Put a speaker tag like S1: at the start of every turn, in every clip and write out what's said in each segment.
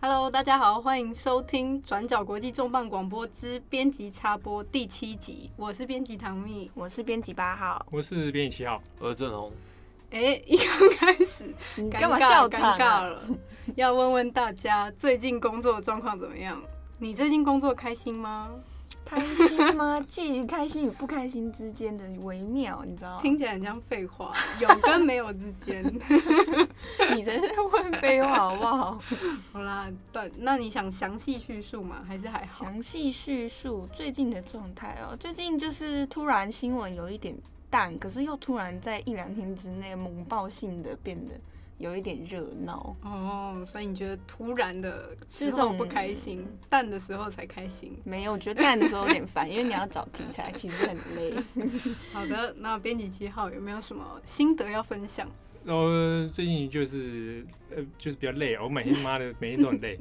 S1: Hello，大家好，欢迎收听转角国际重磅广播之编辑插播第七集，我是编辑唐蜜。
S2: 我是编辑八号，
S3: 我是编译七号，
S4: 我是郑红，
S1: 哎、 一刚开始
S2: 你
S1: 尴
S2: 干嘛
S1: 尬
S2: 笑
S1: 尴
S2: 场
S1: 尬
S2: 啊？
S1: 了？要问问大家最近工作状况怎么样？你最近工作开心吗？
S2: 开心吗？ 介于开心与不开心之间的微妙，你知道吗？
S1: 听起来很像废话，有跟没有之间。
S2: 你在这问废话好不好？
S1: 好啦，对，那你想详细叙述吗？还是还好？
S2: 详细叙述最近的状态哦。最近就是突然新闻有一点淡，可是又突然在一两天之内猛爆性的变得有一点热闹。
S1: 哦，所以你觉得突然的
S2: 是
S1: 时
S2: 这
S1: 候
S2: 种嗯
S1: 不开心，淡的时候才开心。
S2: 没有，我觉得淡的时候有点烦，因为你要找题材其实很累。
S1: 好的，那编辑七号有没有什么心得要分享？
S3: 然后呃最近就是呃就是比较累，我每天妈的每天都很累，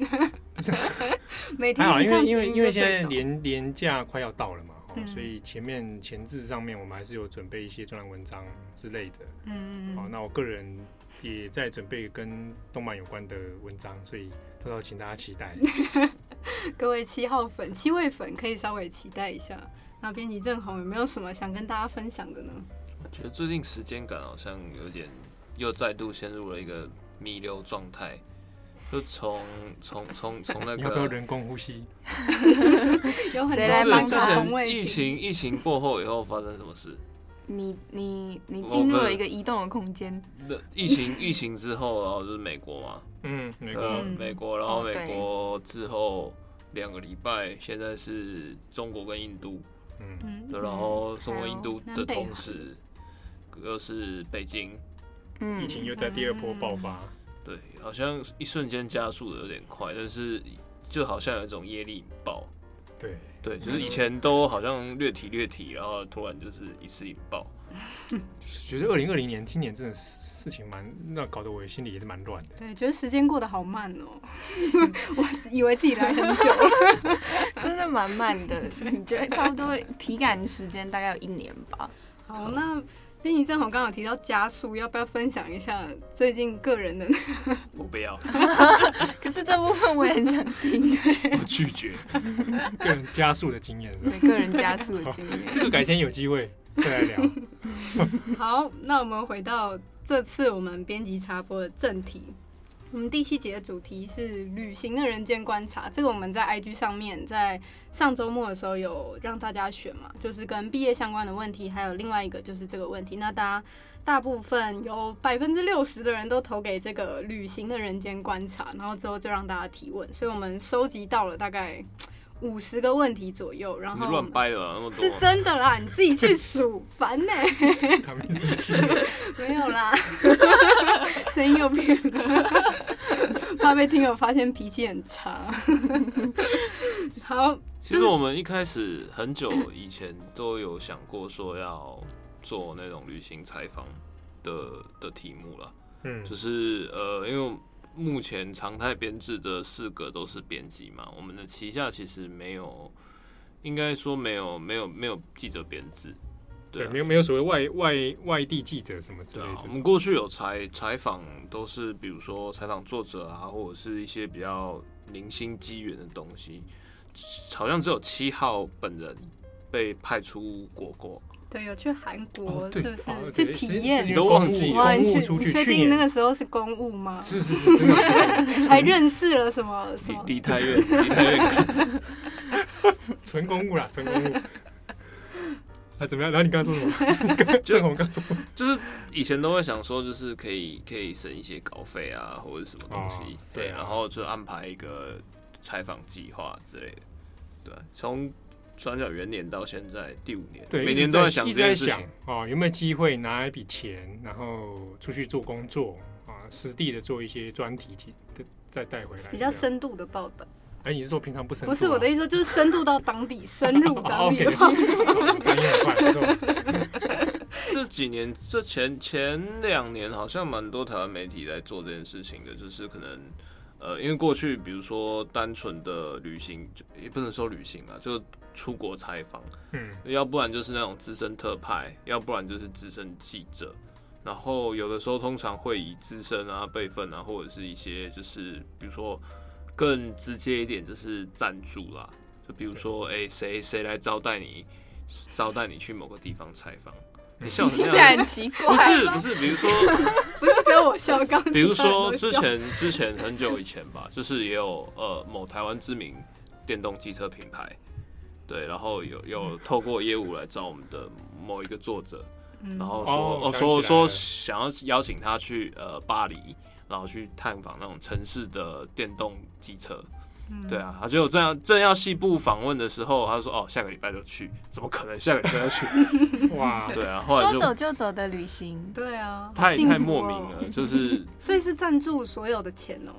S1: 每天
S3: 还好
S1: 一
S3: 因为
S1: 上
S3: 因为
S1: 捷运
S3: 因为
S1: 就
S3: 现
S1: 睡
S3: 在
S1: 着
S3: 年年假快要到了嘛，哦
S1: 嗯
S3: 所以前面前置上面我们还是有准备一些专栏文章之类的，
S1: 嗯
S3: 好，那我个人也在准备跟动漫有关的文章，所以到时候请大家期待。
S1: 各位七号粉、七位粉可以稍微期待一下。那编辑正红有没有什么想跟大家分享 的呢？
S4: 我觉得最近时间感好像有点又再度陷入了一个弥留状态，就从从从从那
S3: 你要不要
S4: 个
S3: 人工呼吸？
S1: 有很多
S2: 谁来帮
S4: 是
S1: 漫
S4: 之
S2: 他
S1: 画红
S4: 前
S1: 卫
S4: 疫
S1: 兵，
S4: 情疫情过后以后发生什么事？
S2: 你你你
S4: 我
S2: 进入
S4: 们
S2: 了一个移动的空间，
S4: 那疫情疫情之后，然后就是美国嘛，
S3: 嗯，美
S4: 呃
S3: 国
S1: 嗯
S4: 美国，然后
S2: 哦
S4: 美
S2: 对
S4: 国之后两个礼拜，现在是中国跟印度，
S3: 嗯，
S1: 嗯
S4: 然后中
S2: 还
S4: 国
S2: 有
S4: 印度的
S1: 南北
S4: 同
S1: 韩
S4: 时又是北京，
S2: 嗯，
S3: 疫情又在第二波爆发，
S4: 对，好像一瞬间加速的有点快，但是就好像有一种业力引爆。
S3: 对，
S4: 对，
S1: 嗯
S4: 就是以前都好像略提略提，然后突然就是一次引爆。
S3: 觉得二零二零年今年真的事情蛮，那搞得我心里也是蛮乱的。
S1: 对，觉得时间过得好慢哦、 我以为自己来很久了。
S2: 真的蛮慢的，你觉得差不多体感时间大概有一年 吧。
S1: 好，那编辑正红刚好提到加速，要不要分享一下最近个人的？
S4: 我 不要，
S2: 可是这部分我也很想听，
S4: 我拒绝。
S3: 个人加速的经验，是吧
S2: 对个人加速的经
S3: 这
S2: 验。
S3: 个改天有机会再来 聊。
S1: 好，那我们回到这次我们编辑插播的正题。我们第七节的主题是旅行的人间观察，这个我们在 IG 上面，在上周末的时候有让大家选嘛，就是跟毕业相关的问题，还有另外一个就是这个问题。那大家大部分有百分之六十的人都投给这个旅行的人间观察，然后之后就让大家提问，所以我们收集到了大概五十个问题左右，然
S4: 你
S1: 后
S4: 乱掰的吧那么
S1: 是
S4: 多。
S1: 真的啦，你自己去数，烦欸呢、
S3: 他们生气，
S1: 没有啦，声音又变了，怕被听友发现脾气很差。好，
S4: 其实我们一开始很久以前都有想过说要做那种旅行采访的的题目了，
S3: 嗯，
S4: 就是呃，因为目前常态编制的四个都是编辑嘛，我们的旗下其实没有，应该说没有没有没有记者编制，对
S3: 对，
S4: 啊
S3: 没有没有所谓外外外地记者什么之
S4: 对
S3: 类
S4: 啊，我
S3: 的
S4: 们。过去有采采访，都是比如说采访作者啊，或者是一些比较零星机缘的东西，好像只有七号本人被派出国过。
S1: 对，有去韩国
S3: 哦
S1: 是
S3: 对
S1: 不是、
S3: 哦
S1: 去
S3: 对
S1: 体
S3: 是是
S1: 验
S3: 因为？
S4: 都
S3: 公
S4: 忘
S3: 务
S4: 记
S1: 哇，
S3: 公
S1: 你
S3: 务
S1: 确
S3: 出
S1: 你
S3: 去，
S1: 确
S3: 去
S1: 定
S3: 年
S1: 那个时候是公务吗？
S3: 是是是，真的 是
S1: 还认识了什么什
S4: 离
S1: 么？
S4: 离太远，离太远。
S3: 纯公务啦，纯公务。啊，怎么样？然后 你刚刚说 什么？你刚郑红刚说什么，
S4: 就是以前都会想说，就是可以可以省一些稿费啊，或者什么东西，
S3: 哦
S4: 对，
S3: 对啊
S4: 然后就安排一个采访计划之类的。对，啊从转角元年到现在第五年，
S3: 对，
S4: 每
S3: 一直
S4: 年都
S3: 在
S4: 在想
S3: 一
S4: 这
S3: 直在
S4: 件事
S3: 想
S4: 情。
S3: 哦，有没有机会拿一笔钱，然后出去做工作啊，实地的做一些专题集的，再带回来。
S1: 比较
S3: 这样。
S1: 深度的报道，
S3: 哎，你是说平常不深？啊
S1: 不是我的。意思，就是深度到当地，深入当地
S3: OK，
S1: 的报道。
S3: 反应很快，不错。
S4: 这几年，这前前两年好像蛮多台湾媒体在做这件事情的，就是可能，呃，因为过去比如说单纯的旅行，就也不能说旅行啊，就出国采访，
S3: 嗯，
S4: 要不然就是那种资深特派，要不然就是资深记者，然后有的时候通常会以资深啊、辈分啊，或者是一些就是比如说更直接一点就是赞助啦，就比如说，哎、谁谁来招待你，招待你去某个地方采访， 你
S3: 哦
S4: 笑成
S2: 听
S4: 那
S2: 起来
S4: 样
S2: 很
S4: 子。
S2: 奇怪。
S4: 不是不是，比如说，
S1: 不是只有我笑，刚 刚
S4: 比如
S1: 其他人
S4: 说
S1: 都
S4: 之
S1: 笑
S4: 前之前很久以前吧， 就是也有呃某台湾知名电动机车品牌，对，然后有有透过业务来找我们的某一个作者，
S1: 嗯
S4: 然后
S3: 哦
S4: 说哦
S3: 想
S4: 说
S3: 起来了
S4: 说想要邀请他去呃巴黎，然后去探访那种城市的电动机车。
S1: 嗯
S4: 对啊，他结果正要正要西部访问的时候，他说哦下个礼拜就去，怎么可能下个礼拜就去？
S3: 哇，
S4: 对啊，后
S2: 说
S4: 来就
S2: 走就走的旅行，
S1: 对啊，
S4: 太
S1: 幸福
S4: 太莫名
S1: 哦，
S4: 了，就是
S1: 所以是赞助所有的钱哦，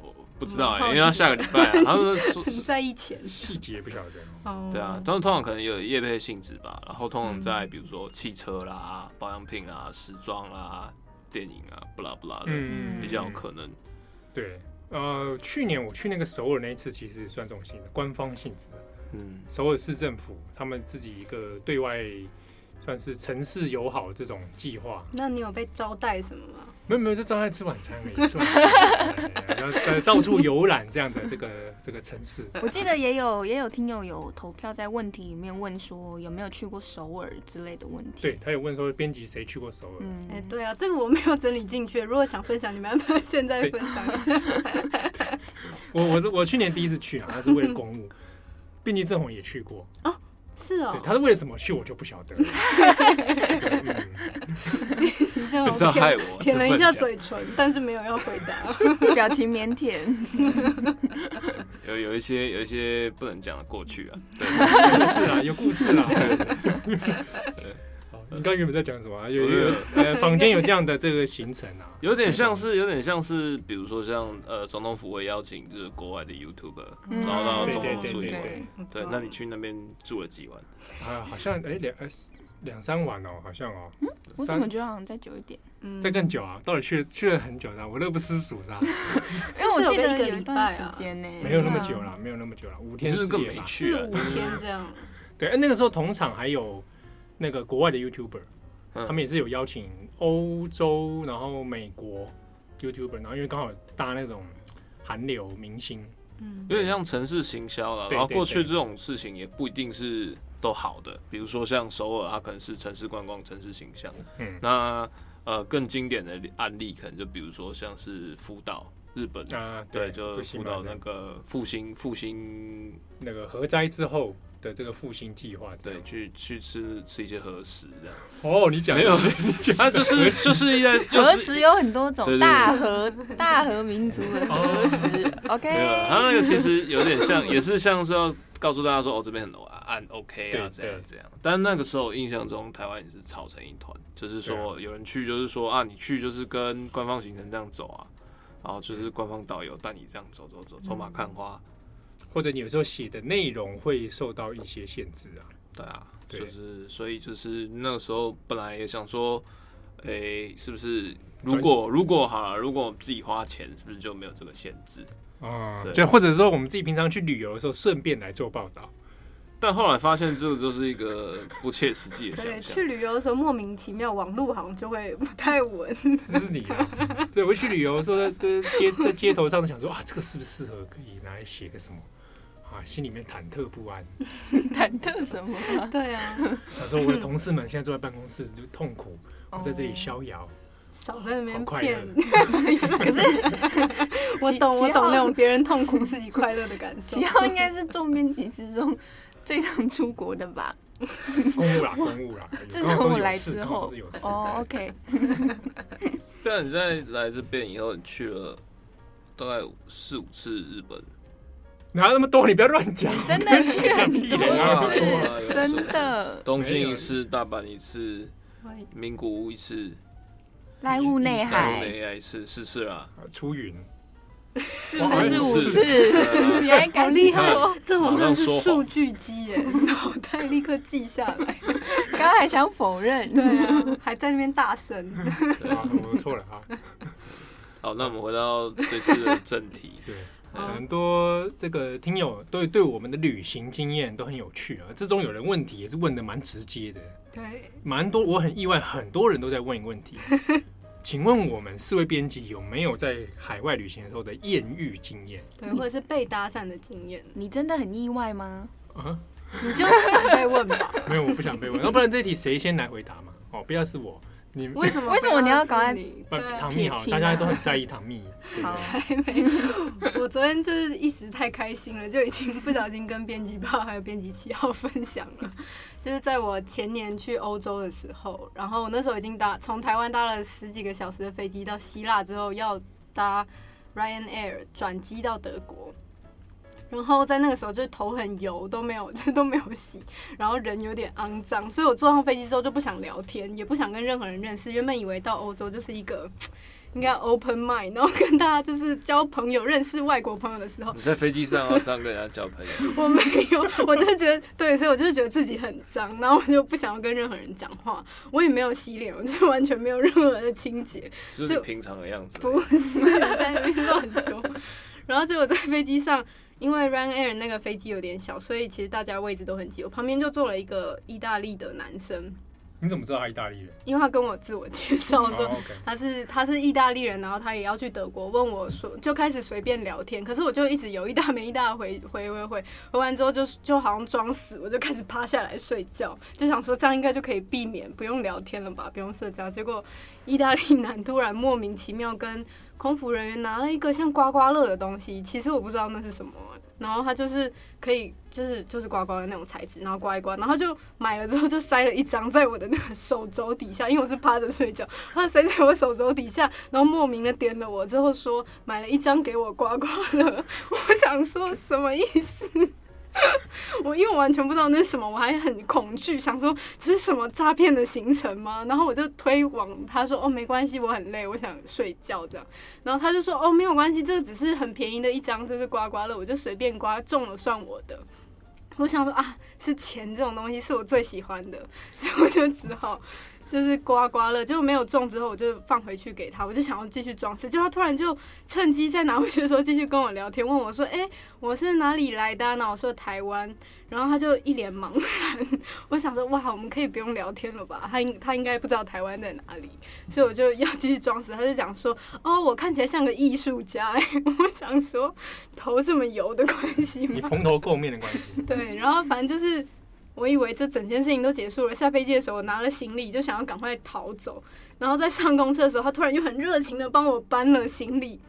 S4: 我 不知
S1: 嗯
S4: 道
S1: 好
S4: 哎、
S1: 奇
S4: 因为他下个礼拜、啊，他们说
S1: 很在意钱
S3: 细节不晓得哦。
S1: 哦。
S4: 对啊，他们通常可能有业配性质吧，然后通常在比如说汽车啦、保养品啊、时装啦、电影啊，不啦不啦的，
S3: 嗯
S4: 比较有可能。
S3: 对，呃，去年我去那个首尔那一次，其实也算这种性的官方性质的。
S4: 嗯
S3: 首尔市政府他们自己一个对外算是城市友好这种计划，
S1: 那你有被招待什么吗？
S3: 没有没有，就招待吃晚餐而已，吃 晚餐，哎然后呃到处游览这样的这个这个城市。
S2: 我记得也有也有听友有投票在问题里面问说有没有去过首尔之类的问题。
S3: 对，他有问说编辑谁去过首尔，
S2: 嗯，
S1: 哎、对啊，这个我没有整理进去。如果想分享，你们要不要现在分享一 下？
S3: 我我我去年第一次去啊，他是为了公务。编辑正红也去过，
S1: 是哦
S3: 对，，他是为了什么去我就不晓得了。这个嗯
S1: 你这样
S4: 你是要
S1: 舔
S4: 害嗯 我
S1: 舔了一
S4: 真
S1: 下
S4: 笨
S1: 嘴唇，但是没有要回 答。
S2: 表情腼 腆，
S4: 有有一些有一些不能讲的过去啊，对，
S3: 嗯有故事啦，啊有故事 啦。好你刚原本在讲什么啊？有有有呃，坊间有这样的这个行程啊，
S4: 有点像是有点像是，比如说像呃总统府会邀请就是国外的 YouTuber，
S2: 嗯
S4: 然后到
S3: 对
S4: 中
S3: 对
S4: 国
S3: 对
S4: 住一
S3: 对
S4: 晚。
S2: 对，
S1: 我
S4: 对
S1: 懂，
S4: 那你去那边住了几晚？
S3: 啊，好像哎两呃两三晚哦，好像哦，
S2: 嗯我怎么觉得好像再久一点？
S1: 嗯
S3: 再更久啊？到底去去了很久呢？我乐不思蜀是吧？
S2: 啊因为我记得
S1: 有
S2: 有
S1: 一
S2: 一
S1: 段
S2: 段
S1: 时
S2: 时间呢，
S3: 没有那么久啦，没有那么久啦，五
S4: 你
S3: 天四
S4: 是不是更
S3: 夜
S4: 没
S3: 吧。
S4: 去
S1: 四
S4: 啊
S1: 五？天这样，
S3: 对，哎那个时候同场还有那个国外的 YouTuber，
S4: 嗯
S3: 他们也是有邀请欧洲，然后美国 YouTuber，然后因为刚好搭那种韩流明星，
S1: 嗯，
S4: 有点像城市行销了。
S3: 对
S4: 然后
S3: 对
S4: 过去
S3: 对
S4: 这种事情也不一定是都好的，比如说像首尔，它可能是城市观光、城市形象。
S3: 嗯
S4: 那呃更经典的案例，可能就比如说像是福岛，日本。
S3: 啊，
S4: 对，
S3: 不
S4: 就
S3: 行
S4: 福
S3: 嘛
S4: 岛
S3: 这
S4: 那
S3: 样
S4: 个复兴复兴，
S3: 那个核灾之后的这个复兴计划。
S4: 对，，去去吃吃一些和食这样。
S3: 哦，你讲
S4: 没有，他啊就是就是在
S2: 核
S4: 就是
S2: 实有很多
S4: 对
S2: 种，
S4: 对对
S2: 大和大和民族的核实
S3: 哦
S4: 没有，
S3: 哎
S2: ，OK，
S4: 他那个其实有点像，也是像是要告诉大家说，哦，这边很楼啊，按 OK 啊
S3: 对，
S4: 这样
S3: 对
S4: 这样。但那个时候印象中，台湾也是吵成一团，就是说有人去，就是说啊，你去就是跟官方行程这样走啊，然后就是官方导游带你这样走走走，走马看花，
S3: 嗯或者你有时候写的内容会受到一些限制啊。
S4: 对啊，
S3: 对
S4: 就是所以就是那个时候本来也想说，诶、是不是如果如果好了，如果我们自己花钱，是不是就没有这个限制？
S3: 啊
S4: 对
S3: 就或者说我们自己平常去旅游的时候，顺便来做报道。
S4: 但后来发现这个就是一个不切实际的想
S1: 对，
S4: 象。
S1: 去旅游的时候莫名其妙网路好像就会不太 稳。
S3: 那是你啊， 对，我去旅游的时候，在在街在街头上想说啊，这个适不适合可以拿来写个什么啊，心里面忐忑不安。
S2: 忐忑什么？
S1: 对啊，
S3: 想说我的同事们现在坐在办公室就痛苦，我在这里
S2: 哦
S3: 逍遥，
S1: 少在那边
S3: 好快
S1: 骗
S3: 乐。
S2: 可是
S1: 我懂，
S2: 其
S1: 我懂
S2: 其
S1: 那种别人痛苦自己快乐的感受
S2: 吉。奥应该是众编辑之中最常出国的吧？
S3: 嗯公务啦，公务啦。有
S2: 自
S3: 刚好
S2: 从
S3: 都
S2: 我
S3: 有
S2: 来
S3: 事
S2: 之
S3: 刚好
S2: 后
S3: 都是有事。
S2: 哦，OK，
S4: 啊但你在来这边以后，你去了大概四五次日本，
S3: 哪有那么多？你不要乱讲。
S2: 真的去很
S3: 讲屁嘞 哪有那么多
S4: 啊
S2: 多次，真的。
S4: 东京一次，大阪一次，
S1: 哎
S4: 名古屋一次，
S2: 濑户内
S4: 山
S2: 海
S4: 内一次，四次啦。
S3: 啊出云，
S2: 是不是是五次？
S4: 对啊
S2: 你还
S1: 好
S2: 敢
S1: 厉害哦
S2: 说？，
S1: 这种真的
S4: 马上说
S1: 是
S4: 谎
S1: 数据机耶，脑袋立刻记下来。
S2: 刚刚还想否认？
S1: 对 啊，还在那边大声。
S3: 啊，我错了啊。
S4: 好，那我们回到这次的正
S3: 。
S4: 题
S3: 对，
S2: 哦
S1: 嗯
S3: 很多这个听友对对我们的旅行经验都很有趣啊。之中有人问题也是问的蛮直接的，
S1: 对，
S3: 蛮多我很意外，很多人都在问一个问题，请问我们四位编辑有没有在海外旅行的时候的艳遇经验
S1: 对，或者是被搭讪的经验，
S2: 你真的很意外吗？
S3: 啊？
S1: 你就不想被问吧？
S3: 没有，我不想被问。要不然这题谁先来回答 嘛？哦，不要是我，你
S1: 为 什么？
S2: 为什么你要
S1: 搞
S2: 搞爱
S1: 你？对
S3: 呃
S1: 啊，
S3: 唐蜜好了，
S2: 撇清
S3: 大
S2: 啊
S3: 家都很在意唐蜜。
S2: 好，
S1: 我昨天就是一时太开心了，就已经不小心跟编辑报还有编辑七号 分享了。就是在我前年去欧洲的时候，然后我那时候已经搭从台湾搭了十几个小时的飞机到希腊之后，要搭 Ryanair 转机到德国。然后在那个时候就是头很油，都没有 就都没有洗，然后人有点肮脏，所以我坐上飞机之后就不想聊天，也不想跟任何人认识。原本以为到欧洲就是一个应该 open mind，然后跟大家就是交朋友、认识外国朋友的时候，
S4: 你在飞机上要这样跟人家交朋友，
S1: 我没有，我就觉得对，所以我就觉得自己很脏，然后我就不想要跟任何人讲话，我也没有洗脸，我就完全没有任何的清洁，
S4: 就是你平常的样子。
S1: 不是在那边乱说。然后结果在飞机上，因为 Ryanair 那个飞机有点小，所以其实大家位置都很挤，我旁边就坐了一个意大利的男生，
S3: 你怎么知道他意大利人？
S1: 因为他跟我自我介绍说
S3: 哦，OK，
S1: 他是他是意大利人，然后他也要去德国，问我说就开始随便聊天，可是我就一直有一搭没一搭地回 回回回回完之后就就好像装死，我就开始趴下来睡觉，就想说这样应该就可以避免不用聊天了吧，不用社交。结果意大利男突然莫名其妙跟空服人员拿了一个像刮刮乐的东西，其实我不知道那是什么。然后他就是可以，就是就是刮刮的那种材质，然后刮一刮，然后就买了之后就塞了一张在我的那个手肘底下，因为我是趴着睡觉，他塞在我手肘底下，然后莫名的点了我，之后说买了一张给我刮刮乐。 我想说什么意思？ 我因为我完全不知道那是什么，我还很恐惧，想说这是什么诈骗的行程吗？然后我就推往他说哦没关系，我很累，我想睡觉这样。然后他就说哦没有关系，这个只是很便宜的一张，就是刮刮乐，我就随便刮中了算我的。我想说啊，是钱这种东西是我最喜欢的，所以我就只好就是刮刮乐，结果没有中之后，我就放回去给他，我就想要继续装死，结果他突然就趁机再拿回去的时候继续跟我聊天，问我说：“哎、我是哪里来的啊、然后我说台湾，然后他就一脸茫然。我想说，哇，我们可以不用聊天了吧？他应他应该不知道台湾在哪里，所以我就要继续装死。他就讲说：“哦，我看起来像个艺术家、哎， 我想说，头这么油的关系吗
S3: 你？蓬头垢面的关系。
S1: 对，然后反正就是，我以为这整件事情都结束了。下飞机的时候，我拿了行李就想要赶快逃走，然后在上公车的时候，他突然又很热情的帮我搬了行李。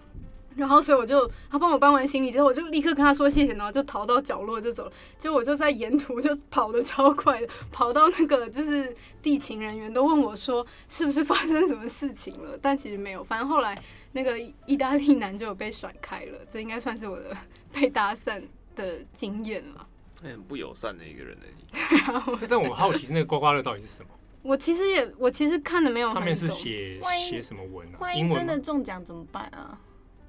S1: 然后，所以我就他帮我搬完行李之后，我就立刻跟他说谢谢，然后就逃到角落就走了。结果我就在沿途就跑得超快的，跑到那个就是地勤人员都问我说是不是发生什么事情了，但其实没有。反正后来那个意大利男就有被甩开了，这应该算是我的 被搭讪的经验了。
S4: 哎很不友善的一个人呢、你
S3: 但我好奇那个刮刮乐到底是什么？
S1: 我其实也，我其实看的没有很
S3: 上面是
S1: 懂，
S3: 写
S2: 万一
S3: 写什么文啊？
S2: 万
S3: 英
S2: 一
S3: 文
S2: 真
S3: 吗
S2: 的中奖怎么办 啊？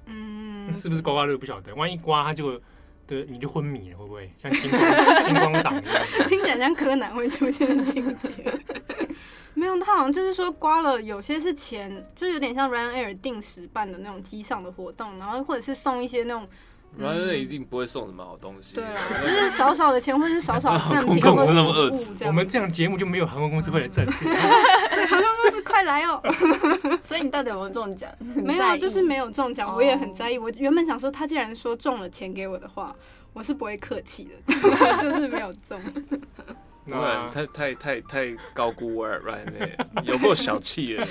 S1: 嗯
S3: 那，是不是刮刮乐不晓得？万一刮他就对你就昏迷了，会不会像 金光金光党一样？
S1: 听起来像柯南会出现的情节。没有，他好像就是说刮了，有些是钱，就有点像 Ryanair 定时办的那种机上的活动，然后或者是送一些那种，
S4: 然后那一定不会送什么好东西。
S1: 对啊啦，就是少少的钱，或者是少少的赠品
S4: 公
S1: 或
S4: 司那么
S1: 者
S4: 恶
S1: 是食物这
S3: 我
S1: 样。
S3: 们这样节目就没有航空公司会来 赞助。
S1: 对航空公司快来哦！
S2: 所以你到底有没有啊中奖？
S1: 没
S2: 很在
S1: 有，啊
S2: 意
S1: 就是没有中奖，我也很
S2: 哦
S1: 在意。我原本想说，他既然说中了钱给我的话，我是不会客气的， 就是没有中。
S4: 不然
S3: 那
S4: 太太太太高估 Ryanair，有够小气耶！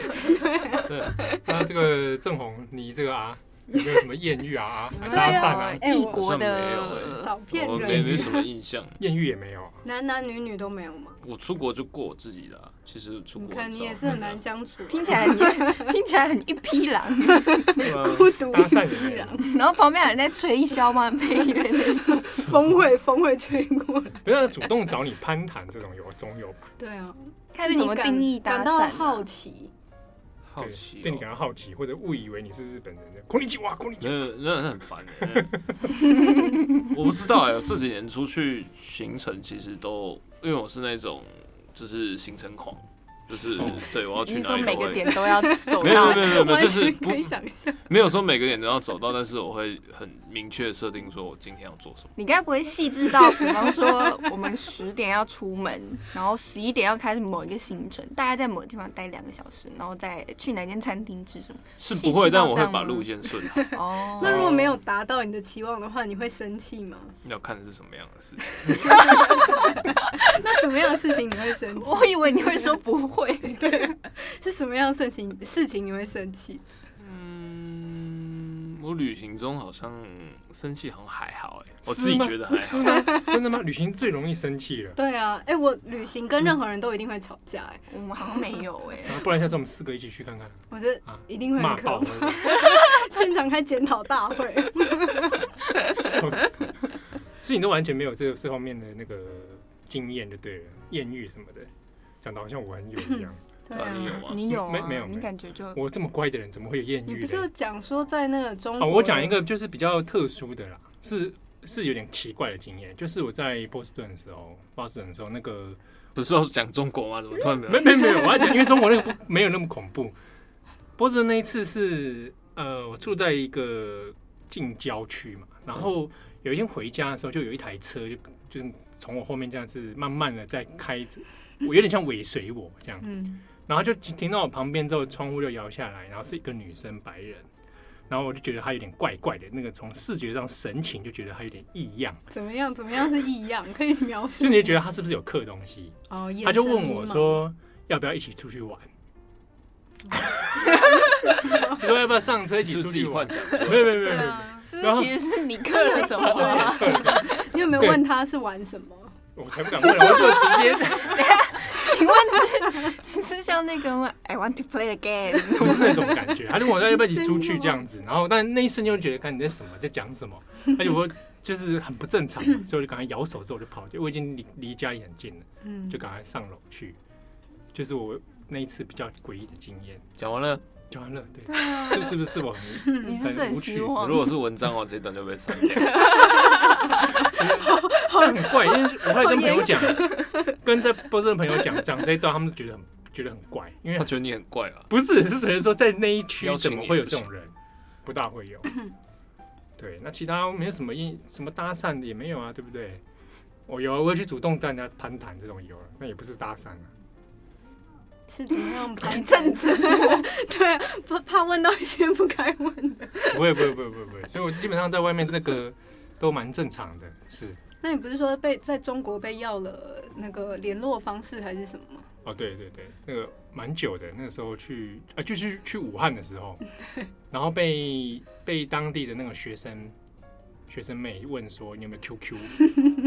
S3: 那这个郑红，你这 个啊，有没有什么艳遇啊？啊
S2: 有没有
S3: 搭
S2: 什
S3: 讪
S2: 么
S3: 啊？
S2: 异国
S4: 好像没有
S2: 的，
S1: 少骗
S4: 我哦没
S1: 人，
S4: 没什么印象，
S3: 艳遇也没有啊。
S1: 男男女女都没有吗？
S4: 我出国就过我自己的啊、其实出
S1: 你
S4: 国
S1: 看，
S4: 很啊
S1: 你
S4: 少
S1: 也是很难相处， 啊
S2: 听起来很 听起来很一匹狼。
S3: 对啊
S1: 孤独
S3: 搭讪也没有。
S2: 然后旁边还在吹箫吗？没有那种。
S1: 风会风会吹过来。
S3: 不要主动找你攀谈，这种有总有吧？
S1: 对啊，
S2: 看你怎么
S1: 感
S2: 定义搭
S1: 感
S2: 讪
S1: 到
S2: 啊、
S1: 好奇，
S4: 好
S3: 对
S4: 奇、哦，
S3: 对你感到好奇，或者误以为你是日本人的，空力吉哇，空力吉
S4: 没有，那那很烦 哎、 我不知道哎、我这几年出去行程其实都，因为我是那种就是行程狂，就是
S3: 哦
S4: 对我要去
S2: 你
S4: 哪
S2: 说
S4: 里
S2: 每
S4: 都
S2: 个
S4: 会。
S2: 点都要走
S4: 没有
S2: 到
S4: 没有没有没有，
S1: 完
S4: 就是
S1: 全
S4: 不
S1: 可以想象。
S4: 没有说每个点都要走到，但是我会很明确地设定说我今天要做什么。
S2: 你该不会细致到，比方说我们十点要出门， 然后十一点要开始某一个行程，大概在某个地方待两个小时，然后再去哪间餐厅吃什 么？
S4: 是
S2: 细
S4: 不
S2: 致
S4: 会，
S2: 到
S4: 但
S2: 这
S4: 我会
S2: 样
S4: 把
S2: 吗
S4: 路线顺 好。
S2: 哦
S1: 那如果没有达到你的期望的话，你会生气吗？
S4: 要看是什么样的事情。
S1: 那什么样的事情你会生 气？
S2: 我以为你会说不会，
S1: 是什么样的事情事情你会生气？
S4: 嗯，我旅行中好像生气好像还好哎、我
S3: 是
S4: 自己
S3: 吗
S4: 觉得还好
S3: 是。吗？ 真的吗？旅行最容易生气了。
S1: 对啊，哎、我旅行跟任何人都一定会吵架、哎，
S2: 我们好像没有哎、
S3: 啊不然下次我们四个一起去看看，
S1: 我觉得
S3: 啊
S1: 一定会很
S3: 骂
S1: 可
S3: 爆
S1: 怕。
S3: 了，
S1: 现场开检讨大 会，
S3: 笑死。所以你都完全没有这这方面的那个经验就对了，艳遇什么的，讲的好像我很有一样。
S1: 对
S4: 啊，你有
S1: 啊。
S4: 吗？
S2: 你有啊？
S3: 没没有没
S2: 你
S3: 有
S2: 感觉就
S3: 我这么乖的人，怎么会有艳
S1: 你
S3: 遇
S1: 不是有
S3: 呢？
S1: 讲说在那个中
S3: 哦，
S1: 国？
S3: 我讲一个就是比较特殊的啦，是是有点奇怪的经验，就是我在波士顿的时候，波士顿的时候那个
S4: 不是要讲中国吗？怎么突然没
S3: 没没
S4: 有？
S3: 没有，我要讲，因为中国那个不没有那么恐怖。波士顿那一次是呃，我住在一个近郊区嘛，然后有一天回家的时候，就有一台车就就是从我后面这样子慢慢的在开着，我有点像尾随我这样，
S1: 嗯，
S3: 然后就停到我旁边之后，窗户就摇下来，然后是一个女生，白人。然后我就觉得她有点怪怪的，那个从视觉上神情就觉得她有点异样，
S1: 怎么样？怎么样是异样？可以描述
S3: 就？你就觉得她是不是有刻东西？
S1: 哦，眼
S3: 他就
S1: 神
S3: 问
S1: 迷
S3: 我
S1: 茫，
S3: 说要不要一起出去玩？你说要不要上车一起
S4: 是不是
S3: 出
S4: 自
S3: 去
S4: 己
S3: 玩
S4: 幻？想
S3: 没有没有没
S1: 对
S3: 有没有，
S1: 啊，
S2: 是
S3: 然
S2: 不
S3: 后
S2: 是其实是你刻了什么啊？
S1: 你有没有问他是玩什么？
S3: 我才不敢问，我就直接
S2: 请问是 是像那个吗？I want to play a game。
S3: 不是那种感觉。他就问我要不要一起出去这样子，然后但那一瞬间就觉得看你在什么在讲什么，而且我就是很不正常，所以我就赶快摇手之后我就跑，就我已经离离家里很近了，
S1: 嗯，
S3: 就赶快上楼去。就是我那一次比较诡异的经验，
S4: 讲完了，
S3: 就完了，对，
S1: 对啊，
S3: 这是不是我 很
S2: 你是不是很
S3: 无
S2: 失
S3: 趣？
S2: 望
S4: 如？果是文章哦，这一段就被删掉。
S3: 但很怪，因为我后来跟朋友讲，跟在波士顿朋友讲讲这一段，他们都觉得很觉得很怪，因为
S4: 他觉得你很怪啊。
S3: 不是是只能说在那一区
S4: 邀请
S3: 怎
S4: 你
S3: 么会有这种人，不大会 有。对，那其他没有什么印什么搭讪的也没有啊，对不对？我有啊，我会去主动跟人家攀谈，这种有啊，那也不是搭讪啊。
S1: 是怎么样排
S2: 你 正
S1: 阵？对啊，怕怕问到一些不该问的。
S3: 不会不会不会不会不会，所以我基本上在外面那个都蛮正常的，是
S1: 那你不是说被在中国被要了那个联络方式还是什么吗？
S3: 哦，对对对，那个蛮久的，那个时候去啊，就是去武汉的时候，然后被被当地的那个学生学生妹问说你有没有 QQ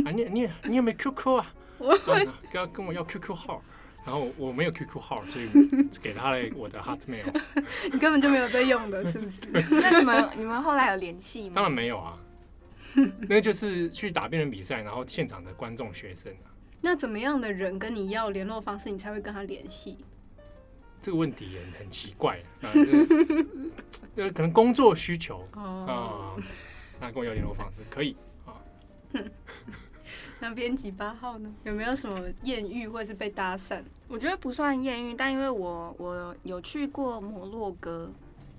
S3: 啊？你你你有没有 QQ 啊？
S1: 我
S3: 然后要跟我要 QQ 号，然后我没有 QQ 号，所以给他了我的 Hotmail，
S1: 你根本就没有在用的，是不是？
S2: 那你们你们后来有联系
S3: 当
S2: 吗？
S3: 然没有啊，那个就是去打辩论比赛，然后现场的观众学生啊，
S1: 那怎么样的人跟你要联络方式，你才会跟他联系？
S3: 这个问题也很奇怪，啊， 这这可能工作需求。啊、那跟我要联络方式可以。
S1: 那编辑八号呢？有没有什么艳遇或是被搭讪？
S2: 我觉得不算艳遇，但因为我我有去过摩洛哥，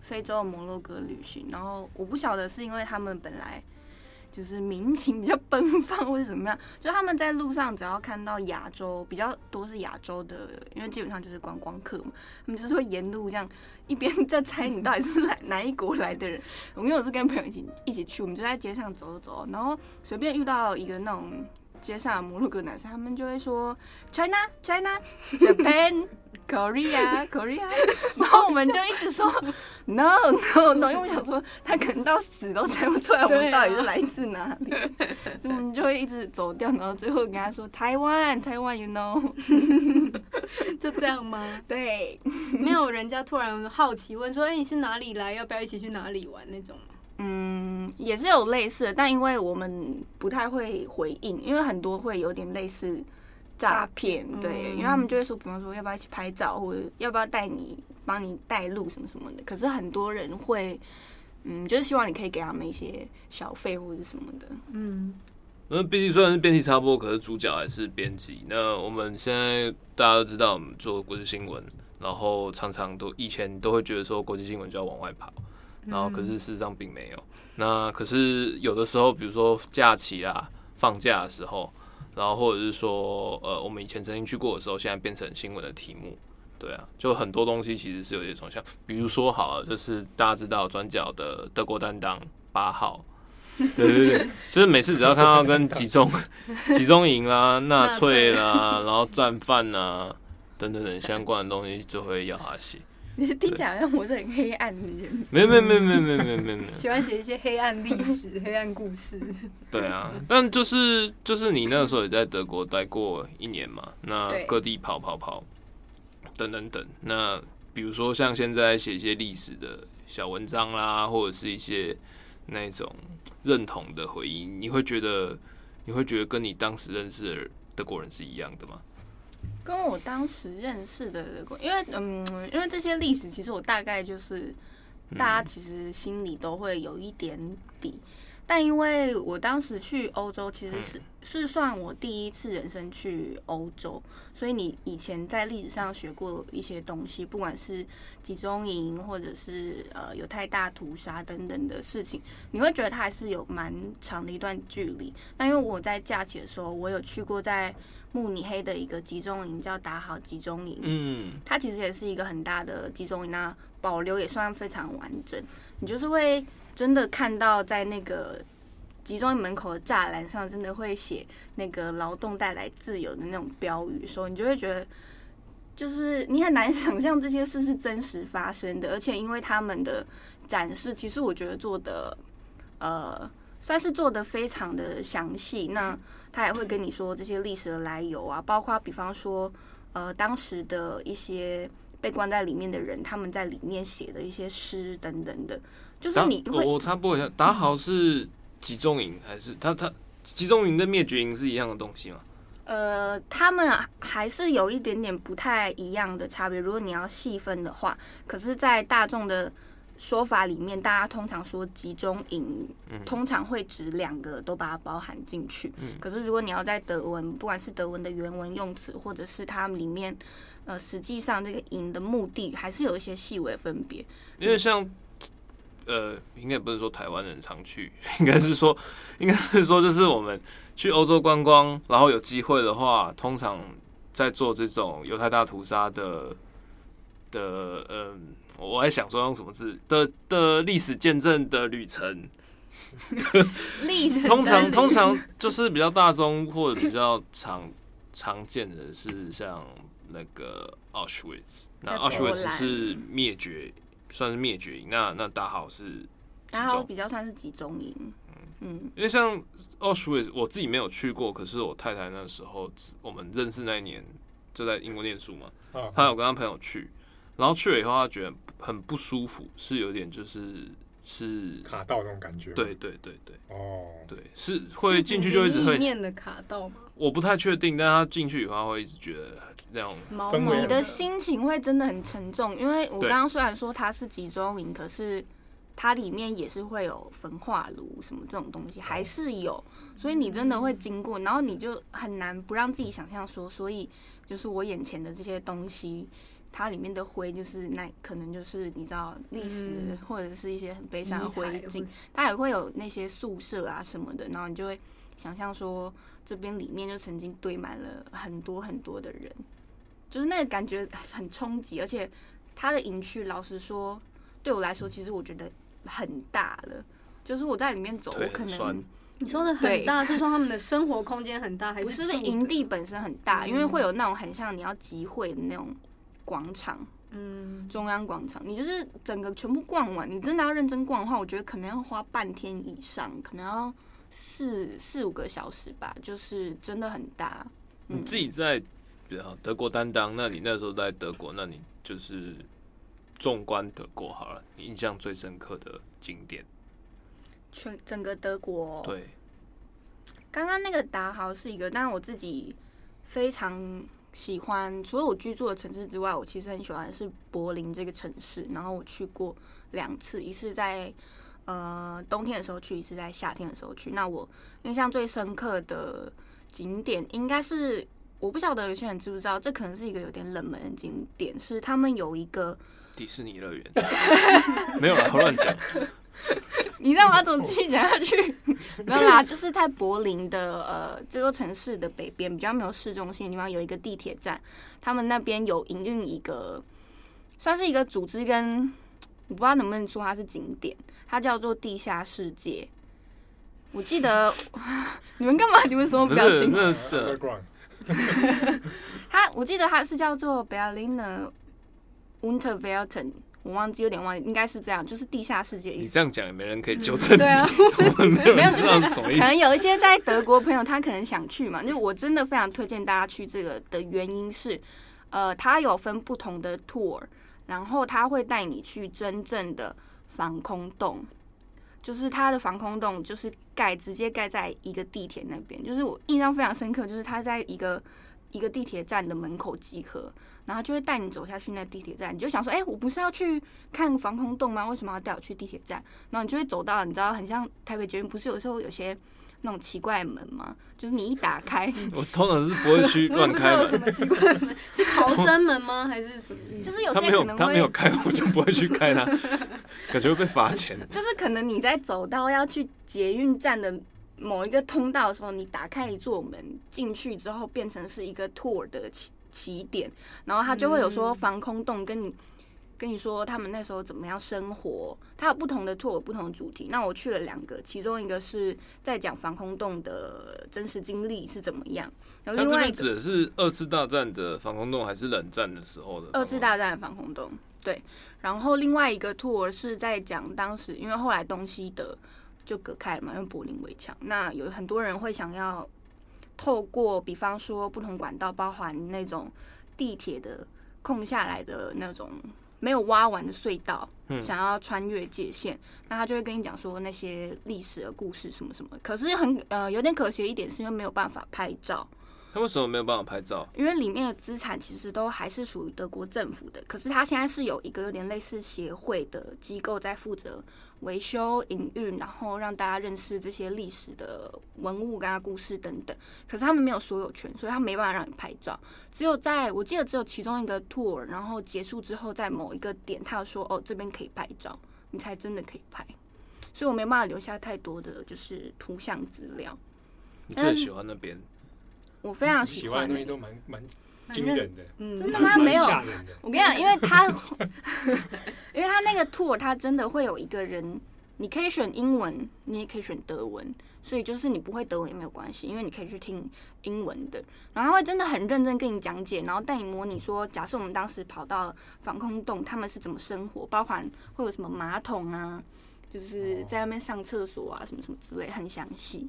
S2: 非洲的摩洛哥旅行，然后我不晓得是因为他们本来就是民情比较奔放，或者怎么样，就他们在路上只要看到亚洲比较多是亚洲的，因为基本上就是观光客嘛，他们就是会沿路这样一边 在猜你到底是哪哪一国来的人。我因为我是跟朋友一起一起去，我们就在街上走走走，然后随便遇到一个那种。街上的摩洛哥男生，他们就会说 China China Japan Korea Korea，然 后我们就一直说 No No No，因为我想说他可能到死都猜不出来我
S1: 对
S2: 们
S1: 啊
S2: 到底是来自哪 里，所以我们就会一直走掉，然后最后跟他说台湾台湾 You know，？
S1: 就这样吗
S2: 对，
S1: 没有人家突然好奇问说：“哎、你是哪里来？要不要一起去哪里玩？”那种吗？
S2: 嗯，也是有类似的，但因为我们不太会回应，因为很多会有点类似诈骗，
S1: 诈骗
S2: 对，
S1: 嗯
S2: 因为他们就会说，比方说要不要一起拍照，或者要不要带你帮你带路什么什么的。可是很多人会，嗯，就是希望你可以给他们一些小费或者什么的。
S1: 嗯，
S4: 那编辑虽然是编辑插播，可是主角还是编辑。那我们现在大家都知道，我们做国际新闻，然后常常都以前都会觉得说国际新闻就要往外跑，然后可是事实上并没有。那可是有的时候，比如说假期啦、放假的时候，然后或者是说呃，我们以前曾经去过的时候，现在变成新闻的题目。对啊，就很多东西其实是有点重像，比如说好了，就是大家知道转角的德国担当八号，对对对，就是每次只要看到跟集 中集中营啦、 纳粹 啦、然后战犯啊等等等相关的东西，就会要他写。
S2: 你 听起来好像我是很黑暗的人，
S4: 没有没有没有没有没有没有没有没有，
S1: 喜欢写一些黑暗历史、黑暗故事。
S4: 对啊，
S2: 嗯
S4: 但就是就是你那时候也在德国待过一年嘛，那
S2: 对
S4: 各地跑跑跑，等等等。那比如说像现在写一些历史的小文章啦，或者是一些那种认同的回忆，你会觉得你会觉得跟你当时认识的人德国人是一样的吗？
S2: 跟我当时认识的德国，因为嗯，因为这些历史其实我大概就是大家其实心里都会有一点底，但因为我当时去欧洲，其实是是算我第一次人生去欧洲，所以你以前在历史上学过一些东西，不管是集中营或者是呃犹太大屠杀等等的事情，你会觉得它还是有蛮长的一段距离。那因为我在假期的时候，我有去过在慕尼黑的一个集中营，叫达好集中营，
S4: 嗯，
S2: 它其实也是一个很大的集中营，那保留也算非常完整。你就是会真的看到在那个集中营门口的栅栏上，真的会写那个“劳动带来自由”的那种标语的时候，你就会觉得，就是你很难 想象这些事是真实发生的。而且因为他们的展示，其实我觉得做的，呃。算是做的非常的详细，那他也会跟你说这些历史的来由啊，包括比方说，呃当时的一些被关在里面的人，他们在里面写的一些诗等等的，就是
S4: 打
S2: 你
S4: 我
S2: 会
S4: 我插播一下，打好是集中营还是他他集中营跟灭绝营是一样的东西吗？
S2: 呃，他们啊还是有一点点不太一样的差别。如果你要细分的话，可是，在大众的说法里面，大家通常说集中营，
S4: 嗯
S2: 通常会指两个都把它包含进去。可是，如果你要在德文，不管是德文的原文用词，或者是它们里面，呃，实际上这个营的目的，还是有一些细微分别。
S4: 因为像呃，应该不是说台湾人常去， 应该是说，应该是说，就是我们去欧洲观光，然后有机会的话，通常在做这种犹太大屠杀的的，呃，我还想说用什么字的的历史见证的旅程，
S2: 历史
S4: 通
S2: 真
S4: 常
S2: 理
S4: 通常就是比较大宗或者比较常常见的是像那个 Auschwitz，那
S2: 在波
S4: Auschwitz
S2: 兰
S4: 是灭绝，算是灭绝营，那那大好是集
S2: 然后
S4: 中。
S2: 比较算是集中营。嗯，
S4: 因为像 Auschwitz，我自己没有去过，可是我太太那时候我们认识那一年就在英国念 书嘛，
S3: 啊，
S4: 她有跟她朋友去，然后去了以后她觉得很不舒服，是有点就是是，
S3: 卡到那种感觉。
S4: 对，对对对
S3: 哦，
S4: 对，是会进去就一直
S1: 里
S4: 会，
S1: 面的卡到吗？
S4: 我不太确定，但她进去以后她会一直觉得那种
S2: 毛
S3: 氛
S2: 毛，
S3: 围
S2: 你
S3: 很
S2: 的心情会真的很沉重，因为我
S4: 对
S2: 刚刚虽然说它是集中营，可是它里面也是会有焚化炉什么这种东西，还是有，所以你真的会经过，然后你就很难不让自己想象说，所以就是我眼前的这些东西。它里面的灰就是那可能就是你知道历史
S1: 嗯
S2: 或者是一些很悲伤的灰
S3: 哦
S1: 遗骸
S2: 烬
S1: 或，
S2: 它也会有那些宿舍啊什么的，然后你就会想象说这边里面就曾经堆满了很多很多的人，就是那个感觉很冲击，而且它的营区老实说对我来说，其实我觉得很大了，就是我在里面走，我
S4: 腿
S2: 可
S4: 很酸
S2: 能。
S1: 你说的很大，是说他们的生活空间很大，还
S2: 不
S1: 是
S2: 是是
S1: 住的
S2: 营地？本身很大，因为
S1: 嗯
S2: 会有那种很像你要集会的那种广场，
S1: 嗯，
S2: 中央广场，你就是整个全部逛完，你真的要认真逛的话，我觉得可能要花半天以上，可能要四四五个小时吧，就是真的很大。
S4: 你自己在比较德国担当，那你那时候在德国，那你就是纵观德国好了，你印象最深刻的景点，
S2: 全整个德国，
S4: 对。
S2: 刚刚那个达豪是一个，但我自己非常喜欢，除了我居住的城市之外，我其实很喜欢的是柏林这个城市。然后我去过两次，一次在呃冬天的时候去一次，在夏天的时候去。那我印象最深刻的景点应该是，我不晓得有些人知不知道，这可能是一个有点冷门的景点，是他们有一个，
S4: 迪士尼乐园没有啦，我乱讲。
S2: 你让我怎么继续讲下去？ 没有啦，就是在柏林的呃这座城市的北边，比较没有市中心的地方，有一个地铁站，他们那边有营运一个，算是一个组织跟，我不知道能不能说它是景点，它叫做地下世界。我记得啊你们干嘛？你们什么
S4: 不
S2: 表
S4: 是，
S2: 情？哦
S4: 那这
S3: Underground
S2: 它我记得它是叫做 Berliner Unterwelten，我忘记有点忘记，应该是这样，就是地下世界意
S4: 你
S2: 思。
S4: 这样讲也没人可以纠正
S2: 对， 啊，
S4: 我们没有
S2: 没有
S4: 人
S2: 就
S4: 知
S2: 是
S4: 道什么意
S2: 可能
S4: 思。
S2: 有一些在德国朋友，他可能想去嘛，就我真的非常推荐大家去这个的原因是，呃，它有分不同的 tour，然后他会带你去真正的防空洞，就是它的防空洞就是盖直接盖在一个地铁那边，就是我印象非常深刻，就是它在一个。一个地铁站的门口集合，然后就会带你走下去那地铁站，你就想说，哎、我不是要去看防空洞吗？为什么要带我去地铁站？然后你就会走到，你知道，很像台北捷运，不是有时候有些那种奇怪的门吗？就是你一打开，
S4: 我通常是不会去
S1: 我也
S4: 乱
S1: 不知
S4: 开
S1: 道有
S4: 门
S1: 什，么奇怪的 门，是逃生门吗？还是什么？
S2: 就是有
S4: 他
S2: 些
S4: 没
S2: 可
S4: 有
S2: 能
S4: 他没有
S2: 会，
S4: 开，我就不会去开他，感觉会被罚钱。
S2: 就是可能你在走到要去捷运站的某一个通道的时候，你打开一座门进去之后，变成是一个 tour 的起起点，然后他就会有说
S1: 嗯
S2: 防空洞跟你。跟你说他们那时候怎么样生活，它有不同的 tour，有不同的主题。那我去了两个，其中一个是在讲防空洞的真实经历是怎么样，然
S4: 他
S2: 后
S4: 这
S2: 另外一
S4: 边
S2: 个
S4: 指的是二次大战的防空洞，还是冷战的时候的防空洞？
S2: 二次大战的防空洞，对。然后另外一个 tour 是在讲当时，因为后来东西德就隔开了嘛，因为柏林围墙。那有很多人会想要透过，比方说不同管道，包含那种地铁的空下来的那种没有挖完的隧道，
S4: 嗯
S2: 想要穿越界限，那他就会跟你讲说那些历史的故事什么什么。可是很呃有点可惜的一点是因为没有办法拍照，
S4: 他为什么没有办法拍照？
S2: 因为里面的资产其实都还是属于德国政府的，可是它现在是有一个有点类似协会的机构在负责维修、营运，然后让大家认识这些历史的文物跟它故事等等。可是他们没有所有权，所以他没办法让你拍照。只有在我记得只有其中一个 tour，然后结束之后，在某一个点，他有说哦这边可以拍照，你才真的可以拍。所以我没办法留下太多的就是图像资料，
S4: 你最喜欢那边？
S2: 我非常喜
S3: 嗯喜
S2: 欢
S3: 欢的
S2: 欸、
S3: 东西都蛮蛮惊人的，
S1: 嗯，
S2: 真的
S3: 蛮
S2: 吗？没有，
S3: 吓人的。
S2: 我跟你讲，因为他，因为他那个 tour，他真的会有一个人，你可以选英文，你也可以选德文，所以就是你不会德文也没有关系，因为你可以去听英文的，然后他会真的很认真跟你讲解，然后带你模拟说，假设我们当时跑到防空洞，他们是怎么生活，包含会有什么马桶啊，就是在那边上厕所啊，什么什么之类，很详细。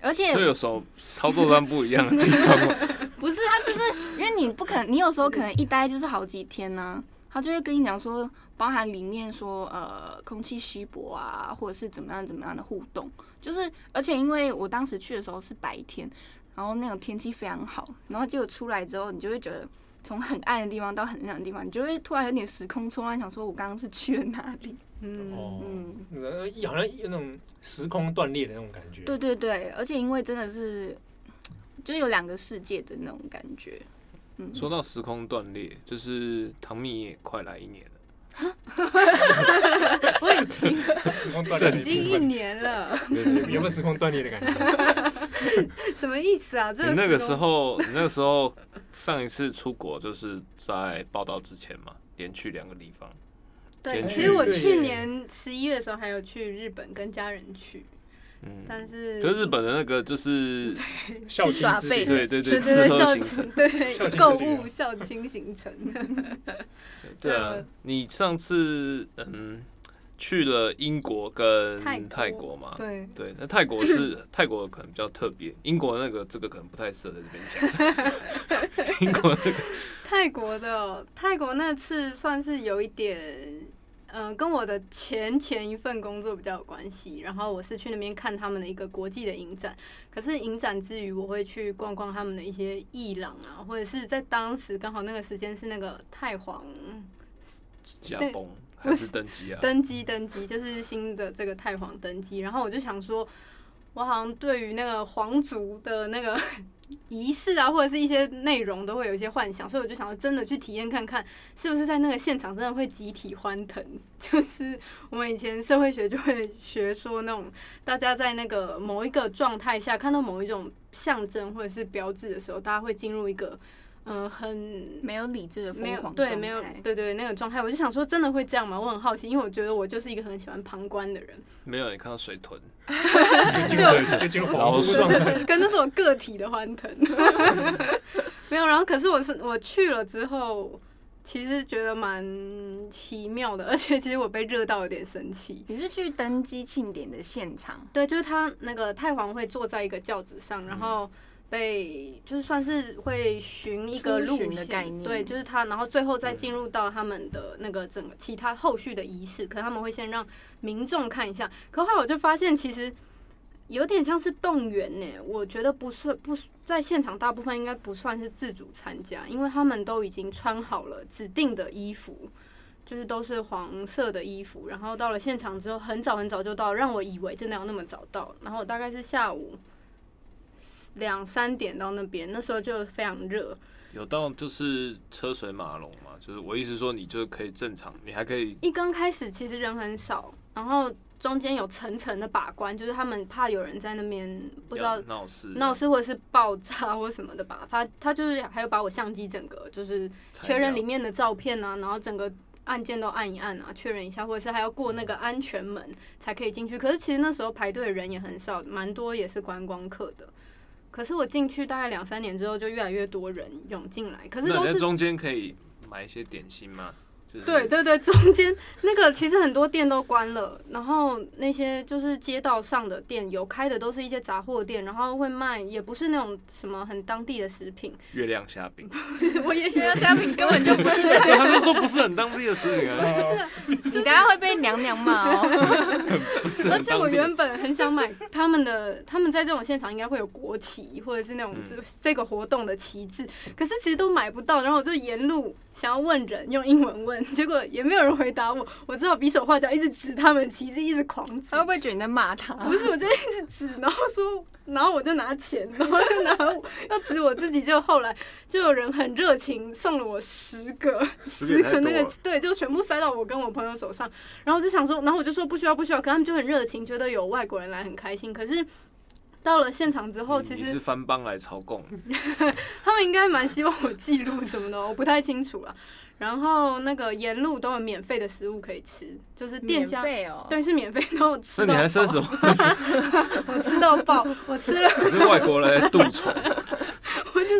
S2: 而且
S4: 所以有时候操作上不一样的地方吗？
S2: 不是，他就是因为你不可能，你有时候可能一待就是好几天呢、他就会跟你讲说，包含里面说呃空气稀薄啊，或者是怎么样怎么样的互动，就是而且因为我当时去的时候是白天，然后那种天气非常好，然后结果出来之后，你就会觉得从很暗的地方到很亮的地方，你就会突然有点时空错乱，想说我刚刚是去了哪里？
S1: 嗯，
S3: 哦，
S2: 嗯，
S3: 那个好像有那种时空断裂的那种感觉。
S2: 对对对，而且因为真的是就有两个世界的那种感觉，嗯，
S4: 说到时空断裂，就是唐蜜也快来一年了。
S1: 我已经
S3: 时空断裂的
S1: 已
S3: 一
S1: 经
S3: 部
S1: 一
S3: 分，
S1: 年了，
S3: 有有没有时空断裂的感觉？
S1: 什么意思啊？这
S4: 你那个时
S1: 候
S4: 候，你那个时候上一次出国就是在报道之前嘛，连去两个地方。
S1: 对，
S4: 天
S1: 其
S4: 气
S1: 实我
S3: 对
S1: 去年十一月的时候还有去日本跟家人去，
S4: 嗯，
S1: 但是
S4: 可是日本的那个就是
S3: 孝
S2: 去
S3: 心
S2: 耍
S3: 之
S2: 废
S3: 士
S4: 对对
S1: 对
S4: 对，吃
S1: 对
S4: 喝
S1: 对，
S4: 行程。
S1: 对
S3: 孝亲
S1: 购
S3: 之旅啊
S1: 物孝亲行程，
S4: 对啊
S1: 对，
S4: 你上次嗯去了英国跟
S1: 泰国
S4: 泰国嘛？
S1: 对，
S4: 对，那泰国是泰国可能比较特别，英国那个这个可能不太适合在这边 讲。英国那个
S1: 泰国的哦泰国那次算是有一点，嗯、跟我的前前一份工作比较有关系。然后我是去那边看他们的一个国际的影展，可是影展之余，我会去逛逛他们的一些艺廊啊，或者是在当时刚好那个时间是那个太皇
S4: 驾崩，还是登机啊？
S1: 登基登基，就是新的这个太皇登基。然后我就想说，我好像对于那个皇族的那个 仪式啊，或者是一些内容，都会有一些幻想，所以我就想要真的去体验看看，是不是在那个现场真的会集体欢腾。 就是我们以前社会学就会学说那种大家在那个某一个状态下看到某一种象征或者是标志的时候，大家会进入一个嗯、呃很
S2: 没有理智的
S1: 没
S2: 疯
S1: 有
S2: 狂
S1: 对
S2: 状
S1: 没有
S2: 态
S1: 对对那个状态，我就想说真的会这样吗？我很好奇，因为我觉得我就是一个很喜欢旁观的人，
S4: 没有，你看到水 豚，
S3: 就进入就进入恍
S4: 老
S3: 惚
S4: 鼠
S3: 状态。
S1: 跟那是我个体的欢腾。 没有，然后可是我是我去了之后，其实觉得蛮奇妙的，而且其实我被热到有点生气。
S2: 你是去登基庆典的现场，
S1: 对，就是他那个太皇会坐在一个轿子上，
S2: 嗯
S1: 然后被就是算是会巡一个
S2: 出
S1: 路
S2: 巡
S1: 线
S2: 的概念
S1: 对，就是他，然后最后再进入到他们的那个整个其他后续的仪式，可他们会先让民众看一下。可后来我就发现，其实有点像是动员呢，我觉得不是不在现场，大部分应该不算是自主参加，因为他们都已经穿好了指定的衣服。就是都是黄色的衣服，然后到了现场之后，很早很早就到，让我以为真的要那么早到。然后我大概是下午两三点到那边，那时候就非常热，
S4: 有到就是车水马龙嘛，就是我意思说，你就可以正常，你还可以
S1: 一刚开始其实人很少，然后中间有层层的把关，就是他们怕有人在那边不知道
S4: 要闹事，
S1: 闹事或者是爆炸或什么的吧，他他就是还有把我相机整个就是
S4: 材
S1: 确
S4: 料
S1: 认里面的照片啊，然后整个按键都按一按啊，确认一下，或者是还要过那个安全门才可以进去。可是其实那时候排队的人也很少，蛮多也是观光客的。可是我进去大概两三年之后，就越来越多人涌进来，可是
S4: 那
S1: 都
S4: 你在
S1: 是。
S4: 中间可以买一些点心嘛，就是
S1: 对对 对，中间那个其实很多店都关了，然后那些就是街道上的店有开的都是一些杂货店，然后会卖也不是那种什么很当地的食 品，
S4: 月亮虾 饼，
S1: 我也
S2: 因为商品根本就不是，
S4: 对他就说不是很当地的事情 啊，
S2: 你等下会被娘娘骂哦。
S4: 不是
S1: 而
S4: 很
S1: 且
S4: 当
S1: 我
S4: 地的事。
S1: 原本很想买他们的，他们在这种现场应该会有国旗或者是那种
S4: 嗯
S1: 就是这个活动的旗帜，可是其实都买不到。然后我就沿路想要问人，用英文问，结果也没有人回答我，我只好比手画脚，一直指他们旗帜，一直狂指
S2: 他。会不会觉得你在骂 他？
S1: 不是，我就一直指，然后说，然后我就拿钱，然后就拿我 要指我自己，就后来就有人很热情送了我十个，
S4: 十
S1: 十
S4: 个也太
S1: 个那
S4: 多
S1: 个
S4: 了
S1: 对，就全部塞到我跟我朋友手上，然后我就想说，然后我就说不需要不需要，可他们就很热情，觉得有外国人来很开心，可是。到了现场之后，
S4: 你
S1: 其
S4: 嗯你是
S1: 实
S4: 翻帮来朝贡，
S1: 他们应该蛮希望我记录什么的，我不太清楚了。然后那个沿路都有免费的食物可以吃，就是店
S2: 免
S1: 家
S2: 费哦，
S1: 对是免费，然后我吃
S4: 那你
S1: 到
S4: 还生
S1: 饱
S4: 什 么？
S1: 我吃到爆，我吃了
S4: 你是外国人来 渡虫，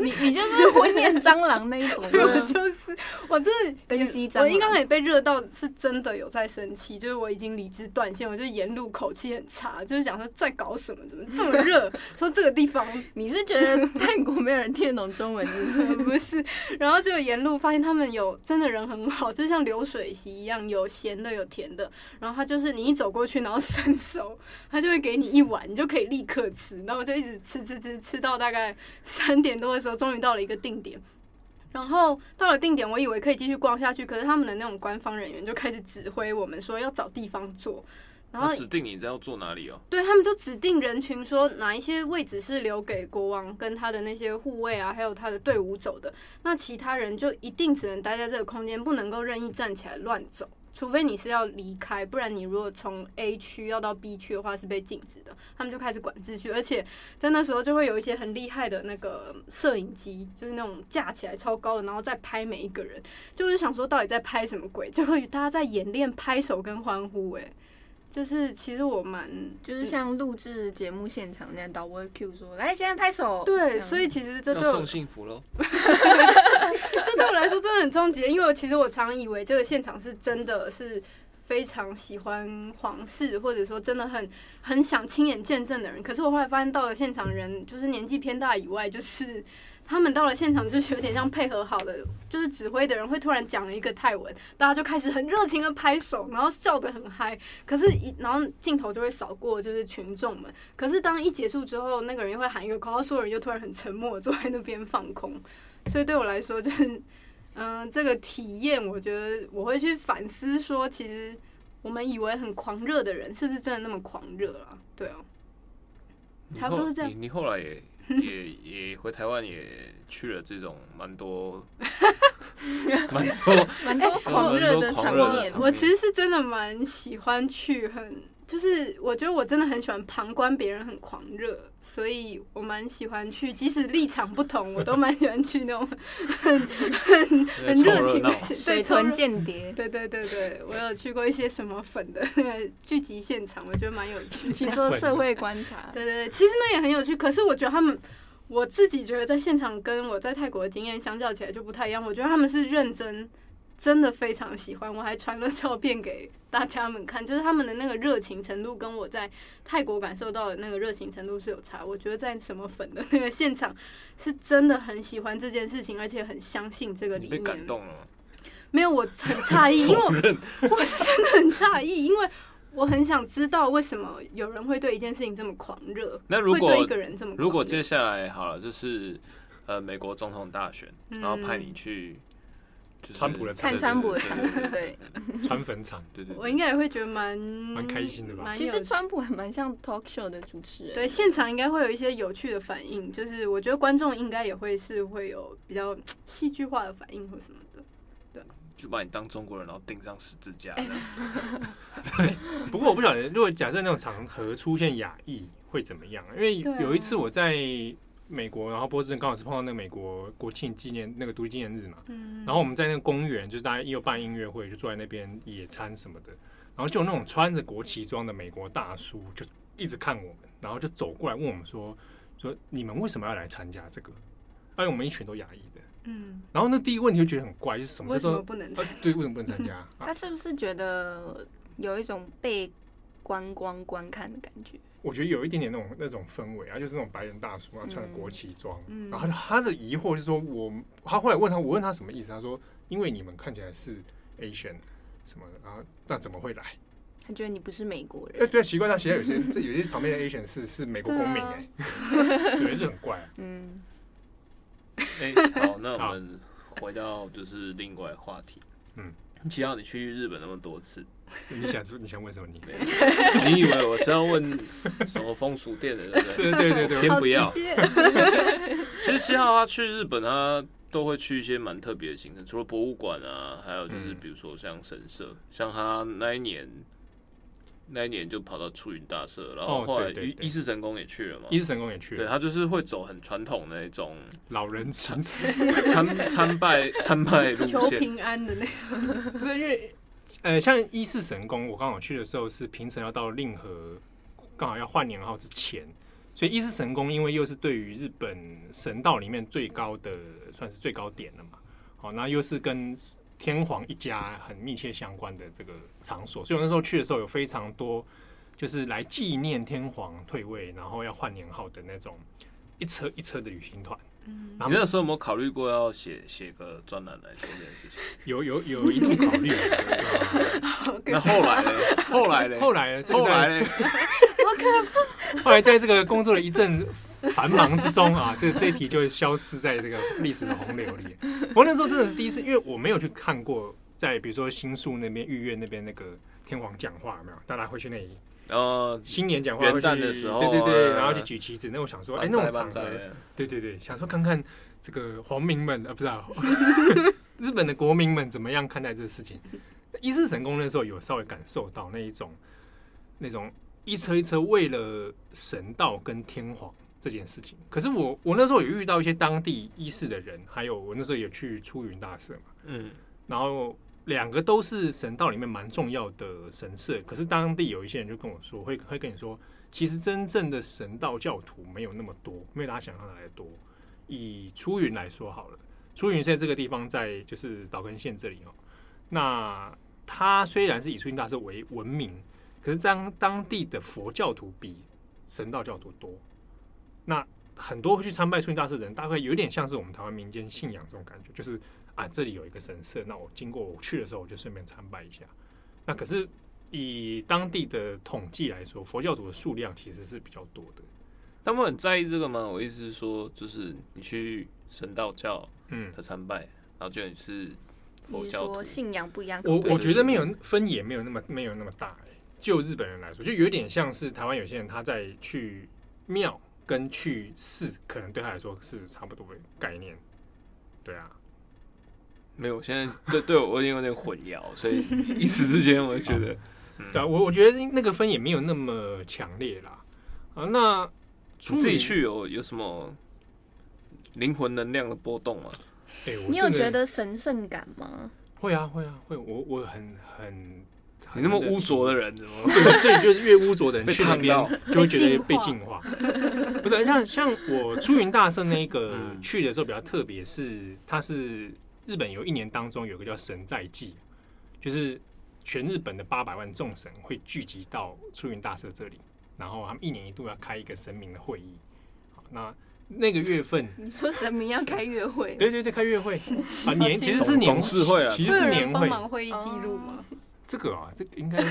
S2: 你你就是婚宴蟑螂那一 种，
S1: 对，我就是，我真的
S2: 登
S1: 也
S2: 机蟑
S1: 我一
S2: 螂
S1: 刚开始被热到，是真的有在生气，就是我已经理智断线，我就沿路口气很差，就是想说在搞什么，怎么这么热？ 说这个地方
S2: 你是觉得泰国没有人听得懂中文，是不是？
S1: 不是，然后就沿路发现他们有真的人很好，就像流水席一样，有咸的有甜的。然后他就是你一走过去，然后 伸手，他就会给你一碗，你就可以立刻吃。然后我就一直吃吃吃吃到大概三点多的时候，终于到了一个定点。然后到了定点，我以为可以继续逛下去，可是他们的那种官方人员就开始指挥我们说要找地方坐。然后
S4: 他指定你要坐哪里哦。
S1: 对他们就指定人群说哪一些位置是留给国王跟他的那些护卫啊，还有他的队伍走的，那其他人就一定只能待在这个空间，不能够任意站起来乱走，除非你是要离开，不然你如果从 A 区要到 B 区的话是被禁止的。他们就开始管秩序，而且在那时候就会有一些很厉害的那个摄影机，就是那种架起来超高的，然后再拍每一个人。就我就想说，到底在拍什么鬼？结果大家在演练拍手跟欢呼、欸，就是其实我蛮
S2: 就是像录制节目现场那样，导播 Q 说：“来，现在拍手。”这
S1: 对，
S2: 样
S1: 所以其实这
S4: 要
S1: 对我
S4: 送幸福喽！
S1: 这对我来说真的很冲击，因为我其实我常以为这个现场是真的是非常喜欢皇室，或者说真的很很想亲眼见证的人。可是我后来发现，到了现场人就是年纪偏大以外，就是他们到了现场就是有点像配合好了，就是指挥的人会突然讲了一个泰文，大家就开始很热情的拍手，然后笑得很嗨。可是一，然后镜头就会扫过就是群众们。可是当一结束之后，那个人又会喊一个口号，所有人就突然很沉默，坐在那边放空。所以对我来说，就是嗯、这个体验，我觉得我会去反思说，其实我们以为很狂热的人，是不是真的那么狂热啊？对啊，
S4: 你
S1: 差不多
S4: 后
S1: 这样
S4: 你你后来 也也也回台湾，也去了这种蛮多 蛮多
S2: 蛮多狂热的场
S4: 狂热的
S2: 面
S4: 场。
S1: 我其实是真的蛮喜欢去很，就是我觉得我真的很喜欢旁观别人很狂热，所以我蛮喜欢去，即使立场不同，我都蛮喜欢去那种很
S4: 凑
S1: 热
S4: 热
S1: 情
S4: 闹
S1: 的，对
S2: 水豚。
S1: 凑热
S2: 间谍，
S1: 对对对对，我有去过一些什么粉的 那个聚集现场，我觉得蛮有趣的
S2: 去。做社会观察，
S1: 对对对，其实那也很有趣。可是我觉得他们，我自己觉得在现场跟我在泰国的经验相较起来就不太一样。我觉得他们是认真，真的非常喜欢。我还传了照片给大家们看，就是他们的那个热情程度跟我在泰国感受到的那个热情程度是有差。我觉得在什么粉的那个现场，是真的很喜欢这件事情，而且很相信这个
S4: 你
S1: 理
S4: 被
S1: 念。
S4: 感动了吗？
S1: 没有，我 很诧异，因为我
S4: 认
S1: 我是真的很诧异，因为我很想知道为什么有人会对一件事情这么狂热，
S4: 那如
S1: 会对一
S4: 果
S1: 个人这么狂热
S4: 如果接下来好了，就是呃美国总统大选，然后派
S1: 嗯
S4: 你去就是
S3: 川普的场
S2: 看
S3: 子
S2: 川普的场子，对。
S3: 川粉场，
S4: 对对，
S1: 我应该也会觉得蛮蛮
S3: 开心的吧
S1: 蛮
S2: 其
S1: 有
S2: 实川普还蛮像 talk show 的主持人，
S1: 对现场应该会有一些有趣的反应，就是我觉得观众应该也会是会有比较戏剧化的反应或什么的。
S4: 就把你当中国人，然后钉上十字架这样。
S3: 不过我不晓得，如果假设那种场合出现亚裔会怎么样？因为
S1: 对啊
S3: 有一次我在美国，然后波士顿刚好是碰到那个美国国庆纪念那个独立纪念日嘛，
S1: 嗯，
S3: 然后我们在那个公园，就是大家也有办音乐会，就坐在那边野餐什么的，然后就有那种穿着国旗装的美国大叔就一直看我们，然后就走过来问我们说说你们为什么要来参加这个？因为我们一群都亚裔的，
S1: 嗯，
S3: 然后那第一个问题就觉得很怪，就是什么
S1: 为什
S3: 叫
S1: 么
S3: 做
S1: 不能
S3: 呃
S1: 参？
S3: 对为什么不能参加？ 啊
S2: 他是不是觉得有一种被观光观看的感觉？
S3: 我觉得有一点点那种那种氛围啊，就是那种白人大叔啊，穿着国旗装，
S1: 嗯
S3: 然后他的疑惑是说我，他后来问他，我问他什么意思，他说因为你们看起来是 Asian 什么的，然后那怎么会来？
S2: 他觉得你不是美国
S3: 哎，
S2: 人，
S3: 对，奇怪，他其实有些这有些旁边的 Asian 是是美国公民哎、对，就很怪、啊。
S2: 嗯，
S4: 哎、好，那我们回到就是另外话题。
S3: 嗯，
S4: 奇浩，你去日本那么多次，
S3: 你想说你想问什么你？
S4: 没有 你以为我是要问什么风俗店的，对不对？
S3: 对对对对，
S4: 先不要
S1: 好。直接
S4: 其实七号他去日本，他都会去一些蛮特别的行程，除了博物馆啊，还有就是
S3: 嗯
S4: 比如说像神社，像他那一年。那一年就跑到出云大社，然后
S3: 哦
S4: 后来
S3: 对对
S4: 伊
S3: 对
S4: 伊势神宫也去了嘛。
S3: 伊势神宫也去
S4: 对
S3: 了，
S4: 他就是会走很传统的 那种
S3: 老人行程。
S4: 参参拜参拜路
S1: 求
S4: 线，
S1: 平安的那
S3: 对，因为呃，像伊势神宫，我刚好去的时候是平成要到令和，刚好要换年号之前，所以伊势神宫因为又是对于日本神道里面最高的，算是最高点了嘛。好，那又是跟天皇一家很密切相关的这个场所，所以我那时候去的时候有非常多就是来纪念天皇退位，然后要换年号的那种一车一车的旅行团。
S1: 嗯
S3: 然
S4: 你
S3: 后
S4: 那时候有没有考虑过要写写个专栏来做这件 事情？
S3: 有有有一度考虑，
S1: 好
S4: 那
S1: 可
S4: 后来嘞，后来嘞，
S3: 后来这个
S4: 后
S3: 在
S4: 来嘞，
S3: 后来在这个工作的一阵繁忙之中啊， 这这一题就消失在这个历史的洪流里。我那时候真的是第一次，因为我没有去看过，在比如说新宿那边、御苑那边那个天皇讲话，有没有？大家会去那里
S4: 呃，
S3: 新年讲话，
S4: 元
S3: 会去
S4: 旦的时候
S3: 对对对，
S4: 啊
S3: 然后去举旗子。那我想说，哎、
S4: 万
S3: 那种
S4: 载
S3: 场
S4: 万载
S3: 合，
S4: 嘞，
S3: 对对对，想说看看这个皇民们啊，不是、啊、 日本的国民们怎么样看待这个事情。伊势神宫那时候有稍微感受到那一种那种一车一车为了神道跟天皇这件事情。可是我我那时候有遇到一些当地伊势的人，还有我那时候也去出云大社嘛，
S4: 嗯，
S3: 然后两个都是神道里面蛮重要的神社。可是当地有一些人就跟我说，会会跟你说，其实真正的神道教徒没有那么多，没有大家想象的来得多。以出云来说好了，出云现在这个地方在就是岛根县这里哦。那它虽然是以出云大社为闻名，可是当当地的佛教徒比神道教徒多。那很多会去参拜出云大社的人，大概有点像是我们台湾民间信仰这种感觉，就是啊，这里有一个神社，那我经过我去的时候，我就顺便参拜一下。那可是以当地的统计来说，佛教徒的数量其实是比较多的。
S4: 他们很在意这个吗？我意思是说，就是你去神道教
S3: 嗯，
S4: 的参拜，然后就你是 佛
S2: 你是
S4: 教徒
S2: 说，信仰不一样，
S3: 我
S4: 对
S3: 我
S4: 就
S3: 觉得
S4: 是
S3: 没有分野没有那么没有那么大、欸，就日本人来说，就有点像是台湾有些人他在去庙跟去寺，可能对他来说是差不多的概念。对啊，
S4: 没有，我现在对对我已经有点混淆，所以一时之间我就 觉得，
S3: 对啊，我我觉得那个分也没有那么强烈啦。啊，那出
S4: 你自己
S3: 于，
S4: 去有有什么灵魂能量的波动 吗？
S3: 哎、我
S2: 你有
S3: 真的
S2: 觉得神圣感吗？
S3: 会啊会啊会，我我很很
S4: 你那么污浊的
S3: 人，
S4: 人，怎么
S3: 对，所以就是越污浊的人
S4: 被
S3: 去那
S4: 烫
S3: 边
S4: 到？
S3: 就会觉得被净化。 不是像像我出云大社那个
S4: 嗯
S3: 去的时候比较特别，是它是日本有一年当中有个叫神在祭，就是全日本的八百万众神会聚集到出云大社这里，然后他们一年一度要开一个神明的会议。好，那那个月份，
S2: 你说神明要开月会，
S3: 对对对，开月会啊，年其实是年
S4: 董事会啊
S3: 其
S1: 会有
S3: 实是
S1: 人
S3: 年
S1: 帮
S3: 会，
S1: 忙会议记录吗？
S3: 这个啊，这个应该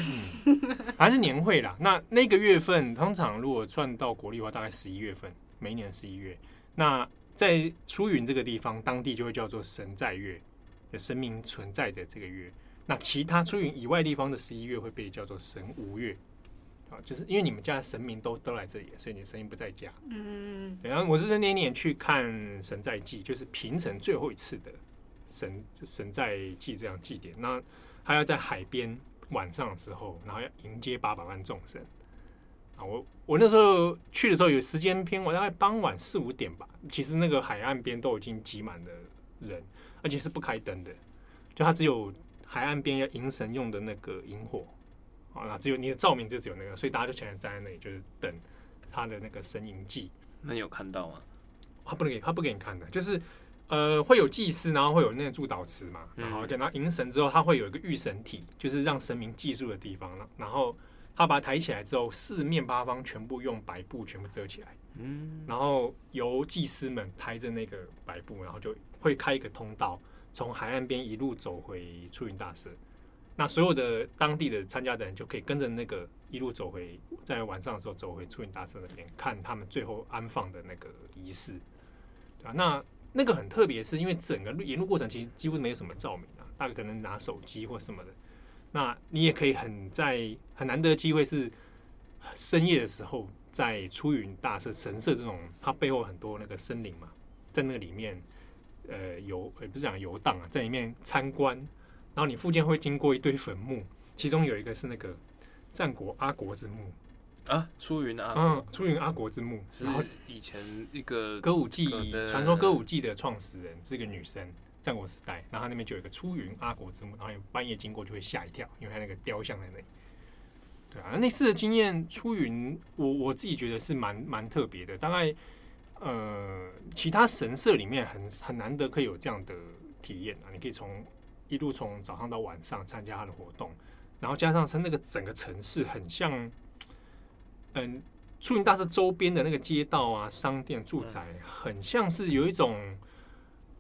S3: 嗯， 还是年会啦。那那个月份，通常如果算到国历的话，大概十一月份，每一年十一月。那在出云这个地方，当地就会叫做神在月，有神明存在的这个月。那其他出云以外地方的十一月会被叫做神无月，啊，就是因为你们家的神明都都来这里了，所以你的神明不在家。
S1: 嗯，
S3: 然后我是那一年去看《神在祭》，就是平城最后一次的神神在祭这样祭典。那他要在海边晚上的时候，然后要迎接八百万众神啊！我我那时候去的时候有时间偏晚，大概傍晚四五点吧。其实那个海岸边都已经挤满了人，而且是不开灯的，就它只有海岸边要迎神用的那个萤火啊，那只有你的照明就只有那个，所以大家就全站在那里就是等他的那个神迎祭。
S4: 那你有看到吗？
S3: 他不能给他不给你看的，就是呃会有祭司，然后会有那个祝祷词嘛，
S4: 嗯
S3: 然后给他迎神之后，他会有一个御神体，就是让神明寄宿的地方了。然后他把它抬起来之后，四面八方全部用白布全部遮起来，
S4: 嗯，
S3: 然后由祭司们抬着那个白布，然后就会开一个通道，从海岸边一路走回出云大社。那所有的当地的参加的人就可以跟着那个一路走回，在晚上的时候走回出云大社那边，看他们最后安放的那个仪式，对啊，那那个很特别，是因为整个路沿路过程其实几乎没有什么照明啊，大家可能拿手机或什么的。那你也可以很在很难得的机会是深夜的时候，在出云大社神社这种，它背后很多那个森林嘛，在那个里面呃游也不是讲游荡啊，在里面参观，然后你附近会经过一堆坟墓，其中有一个是那个战国阿国之墓，
S4: 啊，出云啊，
S3: 嗯，出云阿国之墓，
S4: 是
S3: 然后
S4: 以前一个
S3: 歌舞伎
S4: 歌的
S3: 传说歌舞伎的创始人是个女生，战国时代，然后她那边就有一个出云阿国之墓，然后你半夜经过就会吓一跳，因为它那个雕像在那里。对啊，那次的经验，出云我我自己觉得是蛮蛮特别的，大概呃其他神社里面很很难得可以有这样的体验啊，你可以从一路从早上到晚上参加他的活动，然后加上它那个整个城市很像，嗯，出云大社周边的那个街道啊、商店、住宅，很像是有一种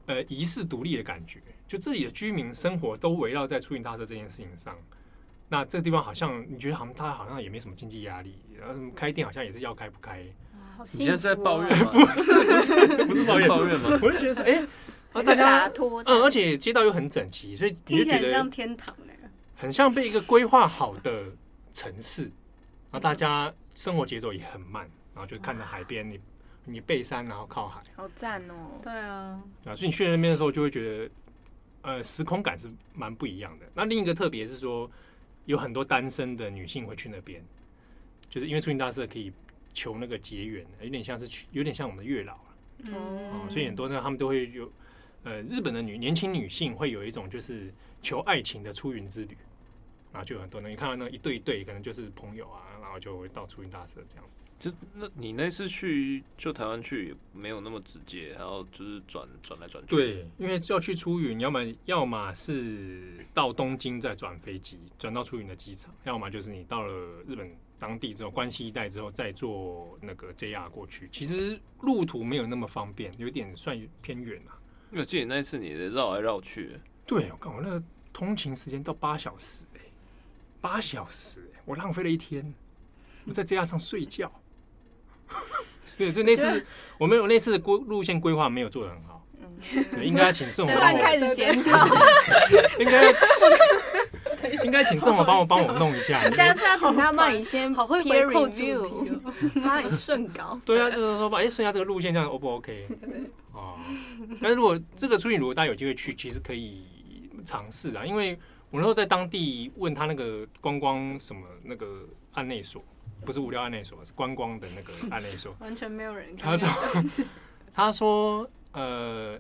S3: 呃遗世独立的感觉。就这里的居民生活都围绕在出云大社这件事情上。那这个地方好像你觉得好像它好像也没什么经济压力，然后开店好像也是要开不开，
S1: 好幸福、哦。
S4: 你现在是在抱怨吗？ 不是，
S3: 不是抱
S4: 抱
S3: 怨
S4: 怨，，抱怨吗？
S3: 我就觉得说，哎、啊大
S2: 很洒
S3: 家，
S2: 脱的，
S3: 嗯，而且街道又很整齐，所以
S1: 听
S3: 你就
S1: 起
S3: 觉
S1: 来
S3: 得
S1: 很像天堂哎、
S3: 很像被一个规划好的城市，然后大家生活节奏也很慢，然后就看到海边，你你背山然后靠海，
S2: 好赞哦！
S1: 对啊，
S3: 对啊，所以你去那边的时候就会觉得，呃，时空感是蛮不一样的。那另一个特别是说，有很多单身的女性会去那边，就是因为出云大社可以求那个结缘，有点像是去，有点像我们的月老啊
S1: 嗯
S3: 哦，所以很多呢，他们都会有，呃，日本的女年轻女性会有一种就是求爱情的出云之旅，然后就有很多人，你看到那一对一对，可能就是朋友啊，然后就会到出云大社这样子。
S4: 就那你那次去就台湾去也没有那么直接，然后就是转转来转去。，，
S3: 因为要去出云，要么要么是到东京再转飞机，转到出云的机场，要么就是你到了日本当地之后，关西一带之后再坐那个 JR 过去。其实路途没有那么方便，有点算偏远啊。
S4: 因为我记得你那一次你也绕来绕去，
S3: 对，我看我那个通勤时间到八小时、欸，八小时、欸，我浪费了一天，我在 JR 上睡觉。 对，所以那次我没有那次的规路线规划没有做的很好，
S2: 嗯，
S3: 应该请郑
S2: 突
S3: 红帮
S2: 然
S3: 我，
S2: 开始检讨，
S3: 应该要请应该请 郑红帮我帮我弄一下。
S2: 你 下次要请他帮你 先
S1: 好会
S2: peer
S1: 回扣主
S2: review，
S1: 题哦。，
S2: 帮你顺稿。
S3: 对啊，就是说吧，哎、剩下这个路线这样 O 不 OK？哦，但是如果这个出行，如果大家有机会去，其实可以尝试啊，因为我那时候在当地问他那个观光什么那个案内所，不是无聊案内所，是观光的那个案内所
S1: 完全没有人
S3: 他
S1: 看。
S3: 说他说呃，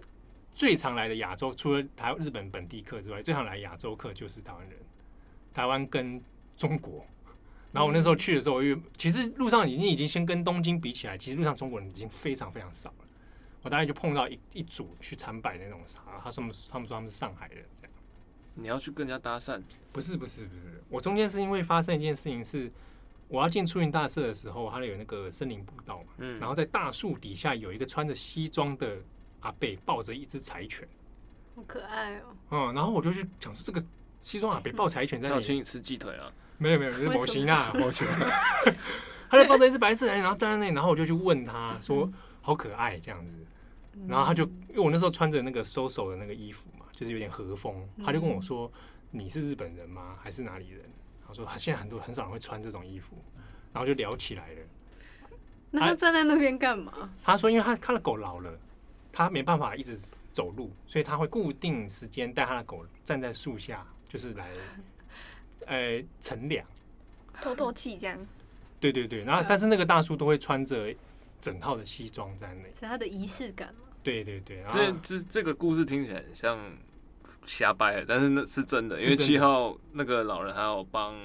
S3: 最常来的亚洲，除了台日本本地客之外，最常来亚洲客就是台湾人，台湾跟中国。然后我那时候去的时候，因为其实路上已经已经先跟东京比起来，其实路上中国人已经非常非常少了。我大概就碰到一一组去参拜那种啥，他他们他们说他们是上海人这样。
S4: 你要去跟人家搭讪，
S3: 不是不是不是，我中间是因为发生一件事情是，我要进出云大社的时候，它有那个森林步道嘛，
S4: 嗯，
S3: 然后在大树底下有一个穿着西装的阿贝抱着一只柴犬，
S1: 好可爱哦！
S3: 嗯，然后我就去想说这个西装阿贝抱柴犬在
S4: 那
S3: 那
S4: 我
S3: 里，
S4: 请你吃鸡腿啊，
S3: 没有没有，
S1: 嗯
S3: 是
S1: 为什
S3: 某
S1: 么
S3: 型啊 某型，他就抱着一只白色的，然后站在那里，然后我就去问
S1: 嗯
S3: 他说好可爱这样子，然后他就因为我那时候穿着那个收手的那个衣服嘛，就是有点和风，
S1: 嗯
S3: 他就跟我说你是日本人吗？还是哪里人？他说现在很多很少人会穿这种衣服，然后就聊起来了。
S1: 那他站在那边干嘛？
S3: 他说，因为他他的狗老了，他没办法一直走路，所以他会固定时间带他的狗站在树下，就是 来，呃，乘凉。
S2: 透透气这样。
S3: 对对对，
S1: 嗯
S3: 然后但是那个大叔都会穿着整套的西装在内。
S1: 是他的仪式感吗？
S3: 对对对，然后
S4: 这这这个故事听起来很像瞎掰，但是那是真的，因为
S3: 是真的
S4: 七号那个老人还有帮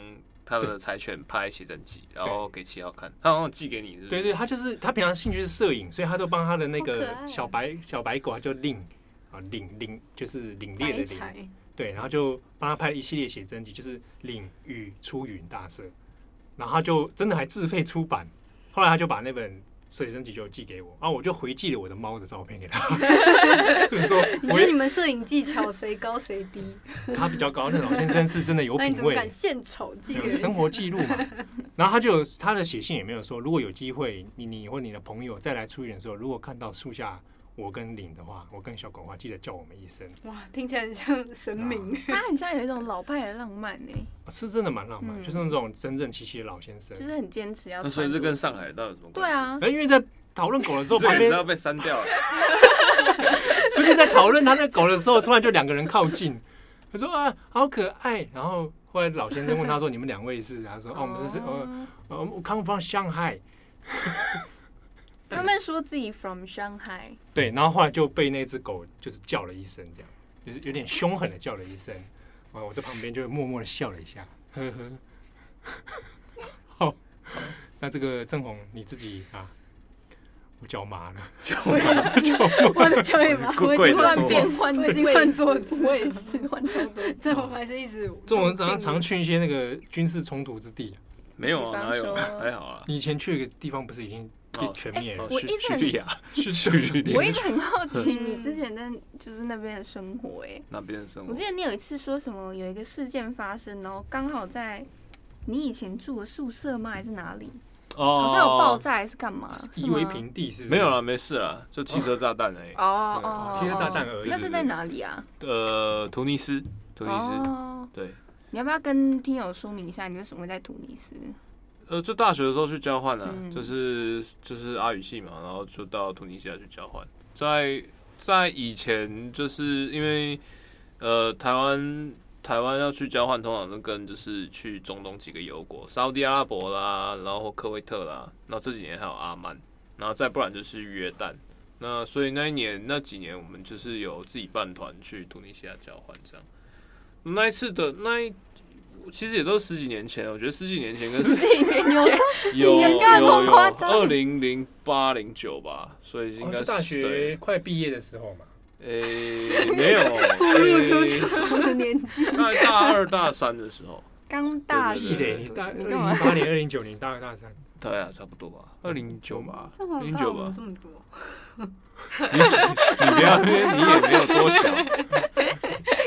S4: 他的柴犬拍写真集，然后给七号看，他好像寄给你是不是，
S3: 对对，他就是他平常兴趣是摄影，所以他就帮他的那
S1: 好可
S3: 个
S1: 爱
S3: 小白小白狗，他就领啊领领就是领
S1: 白
S3: 猎的领，
S1: 柴，
S3: 对，然后就帮他拍了一系列写真集，就是《领雨出云大社》，然后他就真的还自费出版。后来他就把那本写真集就寄给我，然后我就回寄了我的猫的照片给他， 就是说
S1: 你
S3: 我
S1: 觉得
S3: 也
S1: 你们摄影技巧谁高谁低？
S3: 他比较高，那老先生是真的有
S1: 那你
S3: 品
S1: 怎么
S3: 味，
S1: 敢献丑？寄
S3: 有
S1: 给
S3: 生活记录嘛。然后他就有他的写信也没有说，如果有机会，你你或你的朋友再来出远的时候，如果看到树下我跟领的话，我跟小狗的话，记得叫我们一声，
S1: 哇，听起来很像神明。
S2: 他很像有一种老派的浪漫欸呢、
S3: 啊是真的蛮浪漫，
S2: 嗯
S3: 就是那种整整齐齐的老先生
S2: 就。是很坚持要
S4: 那
S2: 穿。
S4: 所以这跟上海到底有什么
S2: 对
S4: 关系？，
S2: 啊，
S3: 呃，因为在讨论狗的时候，
S4: 这
S3: 旁
S4: 个是
S3: 边
S4: 要被删掉了，
S3: 不是在讨论他那狗的时候，突然就两个人靠近，他说啊，好可爱。然后后来老先生问他说，你们两位是？他说哦，我们是呃
S2: 哦
S3: 呃，我 come from 上海。
S2: 他们说自己 from Shanghai，
S3: 对，然后后来就被那只狗就是叫了一声，这样就是有点凶狠的叫了一声。啊，我在旁边就默默的笑了一下，呵呵。好，那这个郑红你自己啊，我脚麻了，
S4: 就
S1: 我的脚也麻，我已经
S4: 贵贵的
S1: 乱
S4: 说
S1: 变
S4: 法
S2: 变换
S1: 我已经
S2: 位
S1: 换
S2: 置
S1: 桌子
S2: 我也是换超多。
S1: 这我们还是一直
S3: 这种常常
S1: 去
S3: 去一些那个军事冲突之地啊，
S4: 没有啊，哪
S2: 比
S4: 有
S2: 方说
S4: 还好啊，
S3: 你以前去的地方不是已经被
S4: 哦
S3: 全灭了？
S4: 哦
S2: 我
S4: 叙
S2: 一直
S4: 叙
S2: 很
S4: 利 亚
S3: 是
S4: 叙 利
S2: 我
S4: 亚
S2: 一直很好奇
S1: 嗯
S2: 你之前在就是那边的生活哎、
S4: 那边的生
S2: 我
S4: 活
S2: 记，得你有一次说什么有一个事件发生，然后刚好在你以前住的宿舍吗？还是哪里？
S4: 哦
S2: 好像有爆炸还是干嘛？是
S3: 夷
S2: 吗
S3: 为平地是不是？
S4: 没有了，没事了，就汽车炸弹而已，
S2: 哦
S4: 对
S2: 哦，
S3: 其实炸弹而已
S2: 那是在哪里啊？
S4: 呃，突尼斯，突尼斯，
S2: 哦，
S4: 对。
S2: 你要不要跟听友说明一下你为什么会在突尼斯？
S4: 呃，就大学的时候去交换啊，
S2: 嗯
S4: 就是就是阿语系嘛，然后就到突尼西亚去交换。在在以前，就是因为呃，台湾台湾要去交换，通常都跟就是去中东几个油国，沙地阿拉伯啦，然后科威特啦，然后这几年还有阿曼，然后再不然就是约旦。那所以那一年那几年，我们就是有自己办团去突尼西亚交换这样。那一次的那一，其实也都是十几年前了，我觉得十几年前跟有
S2: 你干那么夸张
S4: 二零零八零九吧，所以应
S3: 哦
S4: 该
S3: 就是大学
S4: 对
S3: 快毕业的时候嘛。
S4: 诶、没有
S1: 步入
S4: 诶
S1: 出场的年纪，
S4: 大概大二大三的时候，
S2: 刚大
S4: 对
S3: 屁
S2: 学，
S3: 嘞，你大二
S2: 你
S3: 零
S2: 干嘛
S3: 零？八年、二零九年大二大三，
S4: 对啊，差不多吧，二零零九吧，
S1: 这
S4: 零
S1: 红到
S4: 九
S1: 我
S4: 吧
S1: 们这，么多，
S4: 你你不要，因为你也没有多小，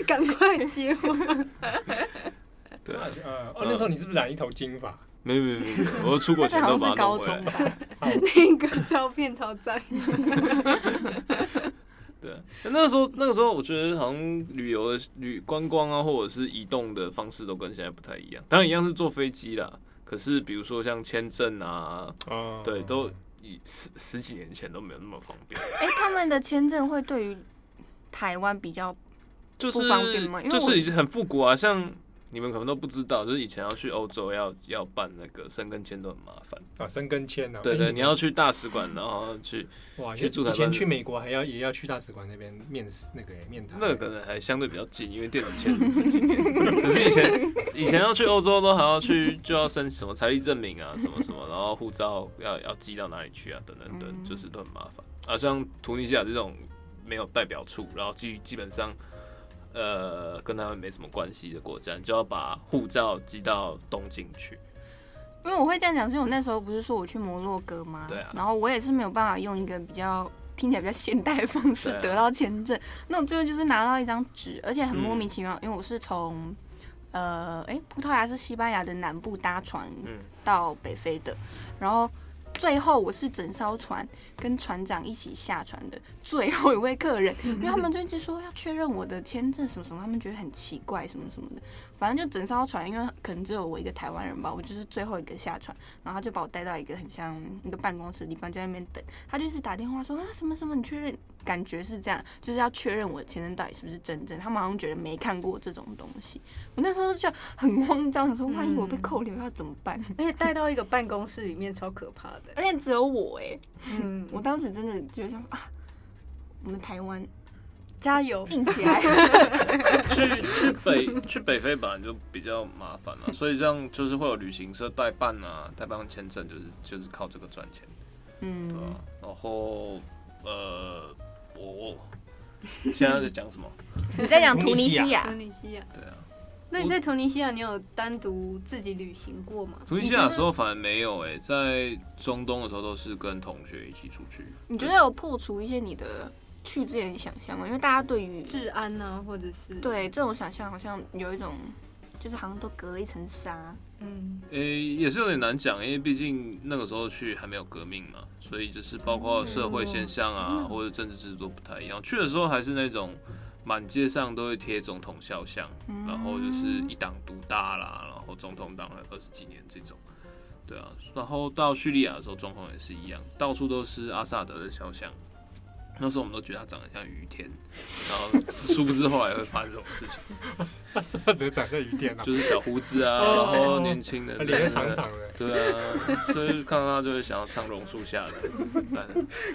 S1: 赶快结婚！
S4: 对啊
S3: 大，学呃，哦，那时候你是不是染一头金发？
S4: 没有没有没有没有，我出国
S2: 那是
S4: 前
S2: 好
S4: 都
S2: 像
S4: 把
S2: 是
S4: 它
S2: 高
S4: 弄回
S2: 中
S4: 来。
S2: 吧？
S1: 那个照片超赞，
S4: 对啊，那个时候那个时候，我觉得好像旅游的旅观光啊，或者是移动的方式都跟现在不太一样。当然一样是坐飞机啦，可是比如说像签证啊，
S3: 哦，
S4: 对，都以十十几年前都没有那么方便，
S2: 哎、他们的签证会对于台湾比较
S4: 就是
S2: 不方便吗因为
S4: 就
S2: 我
S4: 是已经很复古啊，像。你们可能都不知道，就是以前要去欧洲要要办那个申根签都很麻烦。
S3: 啊，生根签啊，
S4: 哦对对，
S3: 哎
S4: 你要去大使馆，然后去
S3: 哇，
S4: 去
S3: 去
S4: 驻
S3: 以
S4: 台
S3: 前
S4: 办
S3: 去美国还要也要去大使馆那边面试那个面谈，
S4: 那个可能还相对比较近，因为电子签是自己面。 可是以前以前要去欧洲都还要去，就要申什么财力证明啊，什么什么，然后护照要要寄到哪里去啊，等等等，
S2: 嗯
S4: 就是都很麻烦。啊，像突尼西亚这种没有代表处，然后基基本上。呃，跟他们没什么关系的国家，你就要把护照寄到东京去。
S2: 因为我会这样讲，是因为我那时候不是说我去摩洛哥吗？
S4: 对啊
S2: 然后我也是没有办法用一个比较听起来比较现代的方式
S4: 对啊
S2: 得到签证，那我最后就是拿到一张纸，而且很
S4: 嗯
S2: 莫名其妙，因为我是从呃，哎、葡萄牙是西班牙的南部搭船
S4: 嗯
S2: 到北非的，然后。最后我是整艘船跟船长一起下船的最后一位客人，因为他们就一直说要确认我的签证什么什么，他们觉得很奇怪什么什么的。反正就整艘船，因为可能只有我一个台湾人吧，我就是最后一个下船，然后他就把我带到一个很像一个办公室的地方，就在那边等。他就是打电话说啊什么什么，你确认？感觉是这样，就是要确认我的签证到底是不是真正。他们好像觉得没看过这种东西，我那时候就很慌张，想说万一我被扣留要怎么 办？
S1: 而且带到一个办公室里面超可怕 的。
S2: 而且只有我哎、
S1: 嗯，
S2: 我当时真的就想说啊，我们台湾
S1: 加油！
S2: 硬起来。
S4: 去去北去北非本来就比较麻烦了、所以这样就是会有旅行社代办啊，代办签证就是就是靠这个赚钱。对
S2: 嗯
S4: 啊，，然后呃，我我现在在讲 什么？
S2: 你在讲
S3: 突
S2: 突
S3: 尼
S2: 尼
S3: 西亚
S2: 西亚
S1: 突？尼西亚，
S4: 对啊，
S1: 那你在突尼西亚，你有单独自己旅行过吗？
S4: 突尼西亚的时候反而没有哎、在中东的时候都是跟同学一起出去。
S2: 你觉得有破除一些你的去之前的想象吗？因为大家对于
S1: 治安啊，或者是，
S2: 对这种想象好像有一种，就是好像都隔了一层纱。
S1: 嗯，
S4: 诶、也是有点难讲，因为毕竟那个时候去还没有革命嘛，所以就是包括社会现象啊，或者政治制度不太一样。去的时候还是那种满街上都会贴总统肖像，
S2: 嗯
S4: 然后就是一党独大啦，然后总统当了二十几年这种，对啊。然后到叙利亚的时候状况也是一样，到处都是阿萨德的肖像。那时候我们都觉得他长得像于天，然后殊不知后来会发生这种事 情，
S3: 舍得长在雨天啊，
S4: 就是小胡子啊，然
S3: 哦
S4: 后年轻的
S3: 脸长长的。
S4: 对啊，所以看到他就会想要唱榕树下的，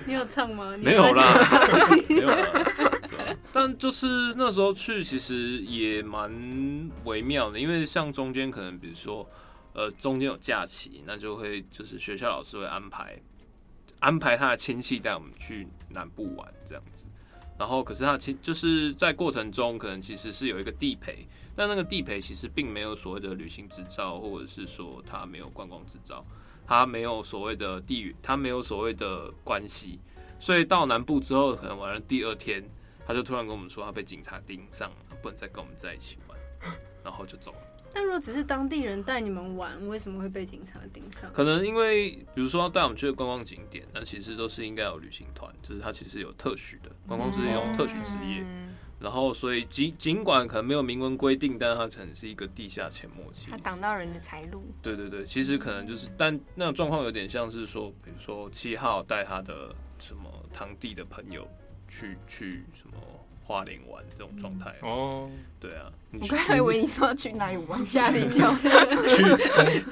S1: 你有唱吗？你
S4: 没有啦，没有啦。对啊但就是那时候去，其实也蛮微妙的，因为像中间可能比如说，呃，中间有假期，那就会就是学校老师会安排安排他的亲戚带我们去南部玩这样子。然后，可是他的亲就是在过程中，可能其实是有一个地陪，但那个地陪其实并没有所谓的旅行执照，或者是说他没有观光执照，他没有所谓的地域，他没有所谓的关系，所以到南部之后，可能玩了第二天，他就突然跟我们说他被警察盯上了，不能再跟我们在一起玩， 然后就走了。
S1: 但如果只是当地人带你们玩，为什么会被警察盯上？
S4: 可能因为比如说要带我们去的观光景点，那其实都是应该有旅行团，就是他其实有特许的，观光是有特许职业，
S2: 嗯
S4: 然后所以尽尽管可能没有明文规定，但它可能是一个地下潜默契
S2: 它。挡到人的财路。
S4: 对对对，其实可能就是，但那种状况有点像是说，比如说七号带他的什么堂弟的朋友去去什么花莲玩这种状态。
S3: 哦，
S4: 对啊，你
S2: 我
S4: 去
S2: 刚才以为你说要去哪里玩，吓 了一跳，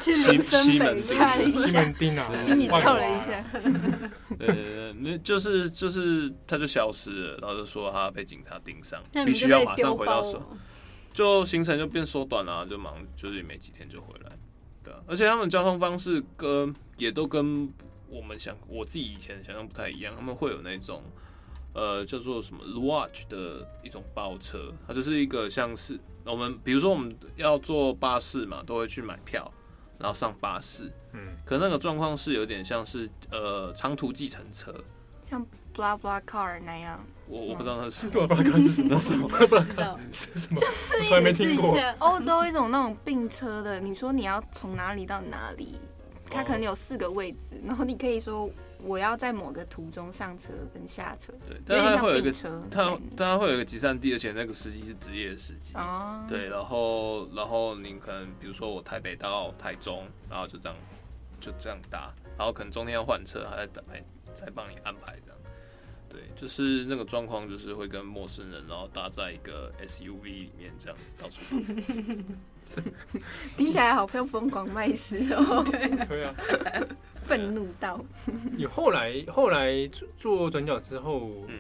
S1: 去
S4: 西
S1: 林森
S4: 西
S1: 北
S4: 门
S1: 吓了一
S3: 西
S1: 下，
S3: 门町 啊，
S2: 心里
S3: 万华
S2: 跳
S3: 啊
S2: 了一下。。
S4: 对对对，那就是就是他就消失了，然后就说他被警察盯上，
S1: 那你
S4: 必
S1: 们就
S4: 须要
S1: 被
S4: 马上
S1: 丢
S4: 回到
S1: 包
S4: 手
S1: 了。。
S4: 就行程就变缩短了、啊就忙，就是也没几天就回来。对啊、而且他们交通方式跟也都跟我们想我自己以前想象不太一样，他们会有那种呃叫做什么 Luach 的一种包车，它就是一个像是我们比如说我们要坐巴士嘛，都会去买票，然后上巴士。
S3: 嗯，
S4: 可那个状况是有点像是呃长途计程车，
S2: 像 blah blah car 那样，
S4: 我我不知道它是什么。
S3: 我不知道刚是什么什 么，不知道
S1: 知道，
S3: 是什么， 从来没
S1: 试
S3: 听
S1: 一
S3: 过。
S1: 下。
S2: 欧洲一种那种并车
S4: 哦
S2: 的，你说你要从哪里到哪里，它可能有四个位置，然后你可以说我要在某个途中上车跟下车，
S4: 对，
S2: 有
S4: 但
S2: 点
S4: 它
S2: 像
S4: 会有一
S2: 并
S4: 个
S2: 车的概
S4: 它
S2: 念。
S4: 它会有一个集散地，而且那个司机是职业司机。
S2: 哦，
S4: 对，然后然后你可能比如说我台北到台中，然后就这样就这样搭，然后可能中间要换车，还在等还再帮你安排这样。对，就是那个状况，就是会跟陌生人，然后搭在一个 SUV 里面这样子到处跑。
S2: 听起来好像疯狂麦斯哦，
S3: 对啊，
S2: 愤怒到
S3: 有后来后来做做转角之后
S4: 嗯，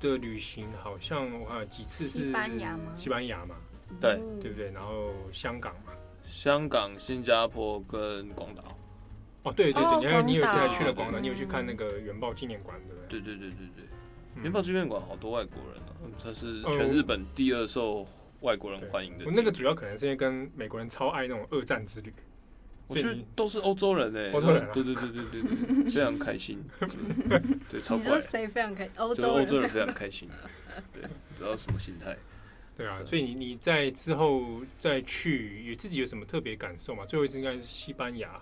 S3: 的旅行，好像我还有几次是
S2: 西班牙吗嗯
S3: 西班牙嘛，
S4: 对，
S1: 嗯
S3: 对不对？然后香港嘛，
S4: 香港、新加坡跟广岛。
S3: 哦，对对
S2: 哦
S3: 对，你还有你有一次还
S2: 广岛
S3: 去了广岛，
S2: 嗯
S3: 你有去看那个元爆纪念馆，对不对？
S4: 对对对对对，
S3: 嗯
S4: 元宝纪念馆好多外国人啊，嗯它是
S3: 哦
S4: 全日本第二受外国人欢迎的
S3: 我。那个主要可能是因为跟美国人超爱那种二战之旅，
S4: 我
S3: 所以
S4: 觉得
S3: 你
S4: 都是欧洲人哎、
S3: 欧洲人啊
S4: 对对对对对对，非常 开心，对对，超
S1: 你
S4: 快
S1: 说，谁非常开心？欧
S4: 就是
S1: 洲
S4: 欧
S1: 人
S4: 洲人非常开心，对，不知道什么心态。
S3: 对啊，
S4: 对
S3: 所以你你在之后再去，有自己有什么特别感受吗？最后一次应该是西班牙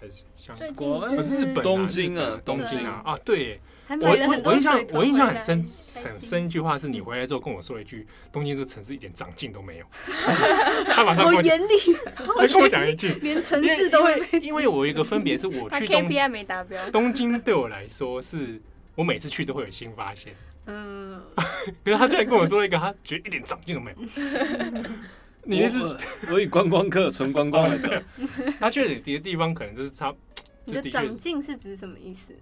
S3: 还是香港
S2: 最？近一
S4: 国
S3: 呃
S2: 次
S3: 日
S2: 是
S3: 本啊、
S4: 东京啊
S3: 日本东京啊，啊，对耶，
S1: 还
S3: 我
S1: 买了
S3: 我
S1: 很
S3: 我
S1: 多
S3: 印象
S1: 水桶
S3: 我印
S1: 回
S3: 象很
S1: 来
S3: 深
S1: 开心
S3: 很深一句话是你回来之后跟我说了一句，东京这城市一点长进 都没有， 他马上 跟
S1: 好
S3: 我讲，
S1: 严厉，
S3: 他跟我讲一句，
S1: 连城
S3: 因为
S1: 市都会
S3: 因为因为我有一个分别是我
S2: 他
S3: 去东
S2: KPI 没达标，
S3: 东京对我来说是。我每次去都会有新发现，
S1: 嗯，
S3: 可是他居然跟我说了一个，他觉得一点长进 都没有。 你那是
S4: 我我以观光客、纯观光来讲，
S3: 他去的地方，可能就是差，
S1: 你
S3: 这
S1: 的
S3: 的确
S1: 长
S3: 是
S1: 进是指什么意思？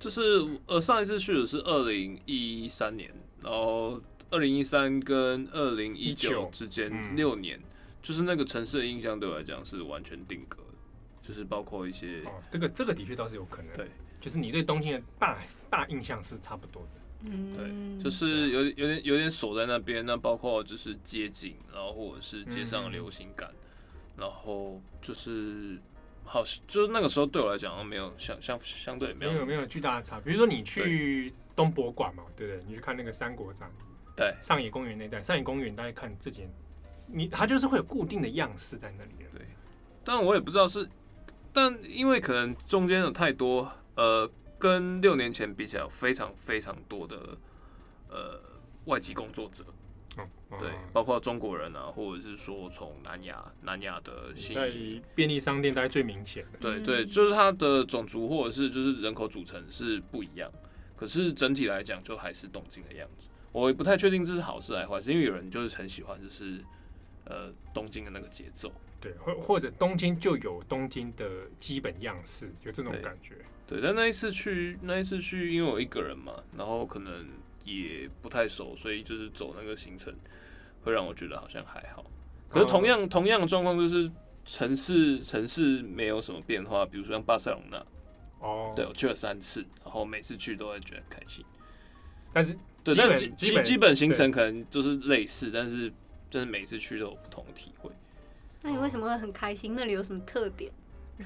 S4: 就是呃上一次去的是二零一三年，然后二零一三跟二零一九
S3: 19
S4: 之间
S3: 嗯
S4: 六年，就是那个城市的印象对我来讲是完全定格的，就是包括一些
S3: 哦，这个这个的确倒是有可能。
S4: 对，
S3: 就是你对东京的大大印象是差不多的。
S1: 嗯，
S4: 就是有有点有点锁在那边，那包括就是街景，然后或者是街上的
S3: 嗯
S4: 流行感，然后就是好，就是那个时候对我来讲没有相相相对没
S3: 没有
S4: 有
S3: 没有巨大的差，比如说你去东博馆嘛，对不对？你去看那个三国展，
S4: 对
S3: 上野公园那带，上野公园大概看这间，你它就是会有固定的样式在那里了。
S4: 但我也不知道是，但因为可能中间有太多呃，跟六年前比起来，有非常非常多的呃外籍工作者，
S3: 嗯，哦
S4: 对，包括中国人啊，或者是说从南亚南亚的新
S3: 在
S4: 移民
S3: 便利商店大概最明显的。
S4: 对
S1: 嗯
S4: 对，就是它的种族或者是就是人口组成是不一样，可是整体来讲就还是东京的样子。我也不太确定这是好事还是坏事，因为有人就是很喜欢就是呃东京的那个节奏，
S3: 对，或或者东京就有东京的基本样式，有这种
S4: 对
S3: 感觉。
S4: 对，但那一次去，那一次去，因为我一个人嘛，然后可能也不太熟，所以就是走那个行程，会让我觉得好像还好。可是
S3: 嗯
S4: 同样、同样的状况就是城市城市没有什么变化，比如说像巴塞隆纳，
S3: 哦，
S4: 对我去了三次，然后每次去都会觉得很开心。
S3: 但是
S4: 对，
S3: 基本
S4: 但基
S3: 基
S4: 基
S3: 本
S4: 基本行程可能就是类似，但是就是每次去都有不同的体会。
S1: 那
S3: 哦
S1: 你为什么会很开心？那里有什么特点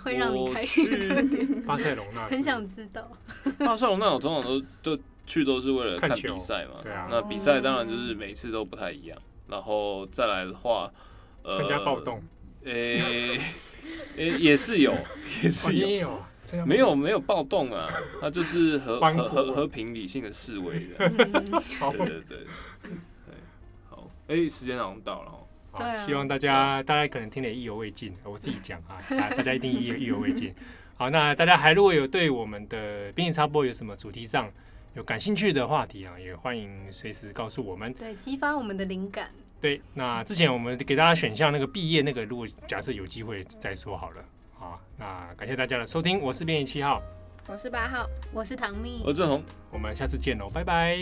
S1: 会让你开心？
S4: 我去
S3: 巴塞隆那
S1: 很
S3: 是
S1: 想知 道。
S4: 巴塞隆 那我通常都都去都是为了
S3: 看
S4: 看
S3: 球
S4: 比赛嘛。
S3: 对啊
S4: 那比赛当然就是每次都不太一样，然后再来的话，呃，
S3: 参加暴，动，
S4: 诶、 诶、也是有， 也
S3: 哦
S4: 是有，
S3: 也有啊参加暴动
S4: 没有没有暴动啊，它就是和
S3: 欢呼
S4: 和和和平理性的示威的，
S1: 嗯
S3: 好
S4: 对对对对，好，诶、时间好像到了哦，
S1: 对
S3: 好，
S1: 啊
S3: 希望大家大家可能听得意犹未尽，我自己讲啊， 啊大家一定意犹意犹未尽。好，那大家还如果有对我们的编辑插播有什么主题上有感兴趣的话题啊，也欢迎随时告诉我们。
S1: 对，激发我们的灵感。
S3: 对，那之前我们给大家选项那个毕业那个，如果假设有机会再说好了。好，那感谢大家的收听，我是编辑七号，
S2: 我是八号。
S3: 嗯
S1: 我是唐蜜，
S4: 哦我郑红。
S3: 我们下次见喽，拜拜。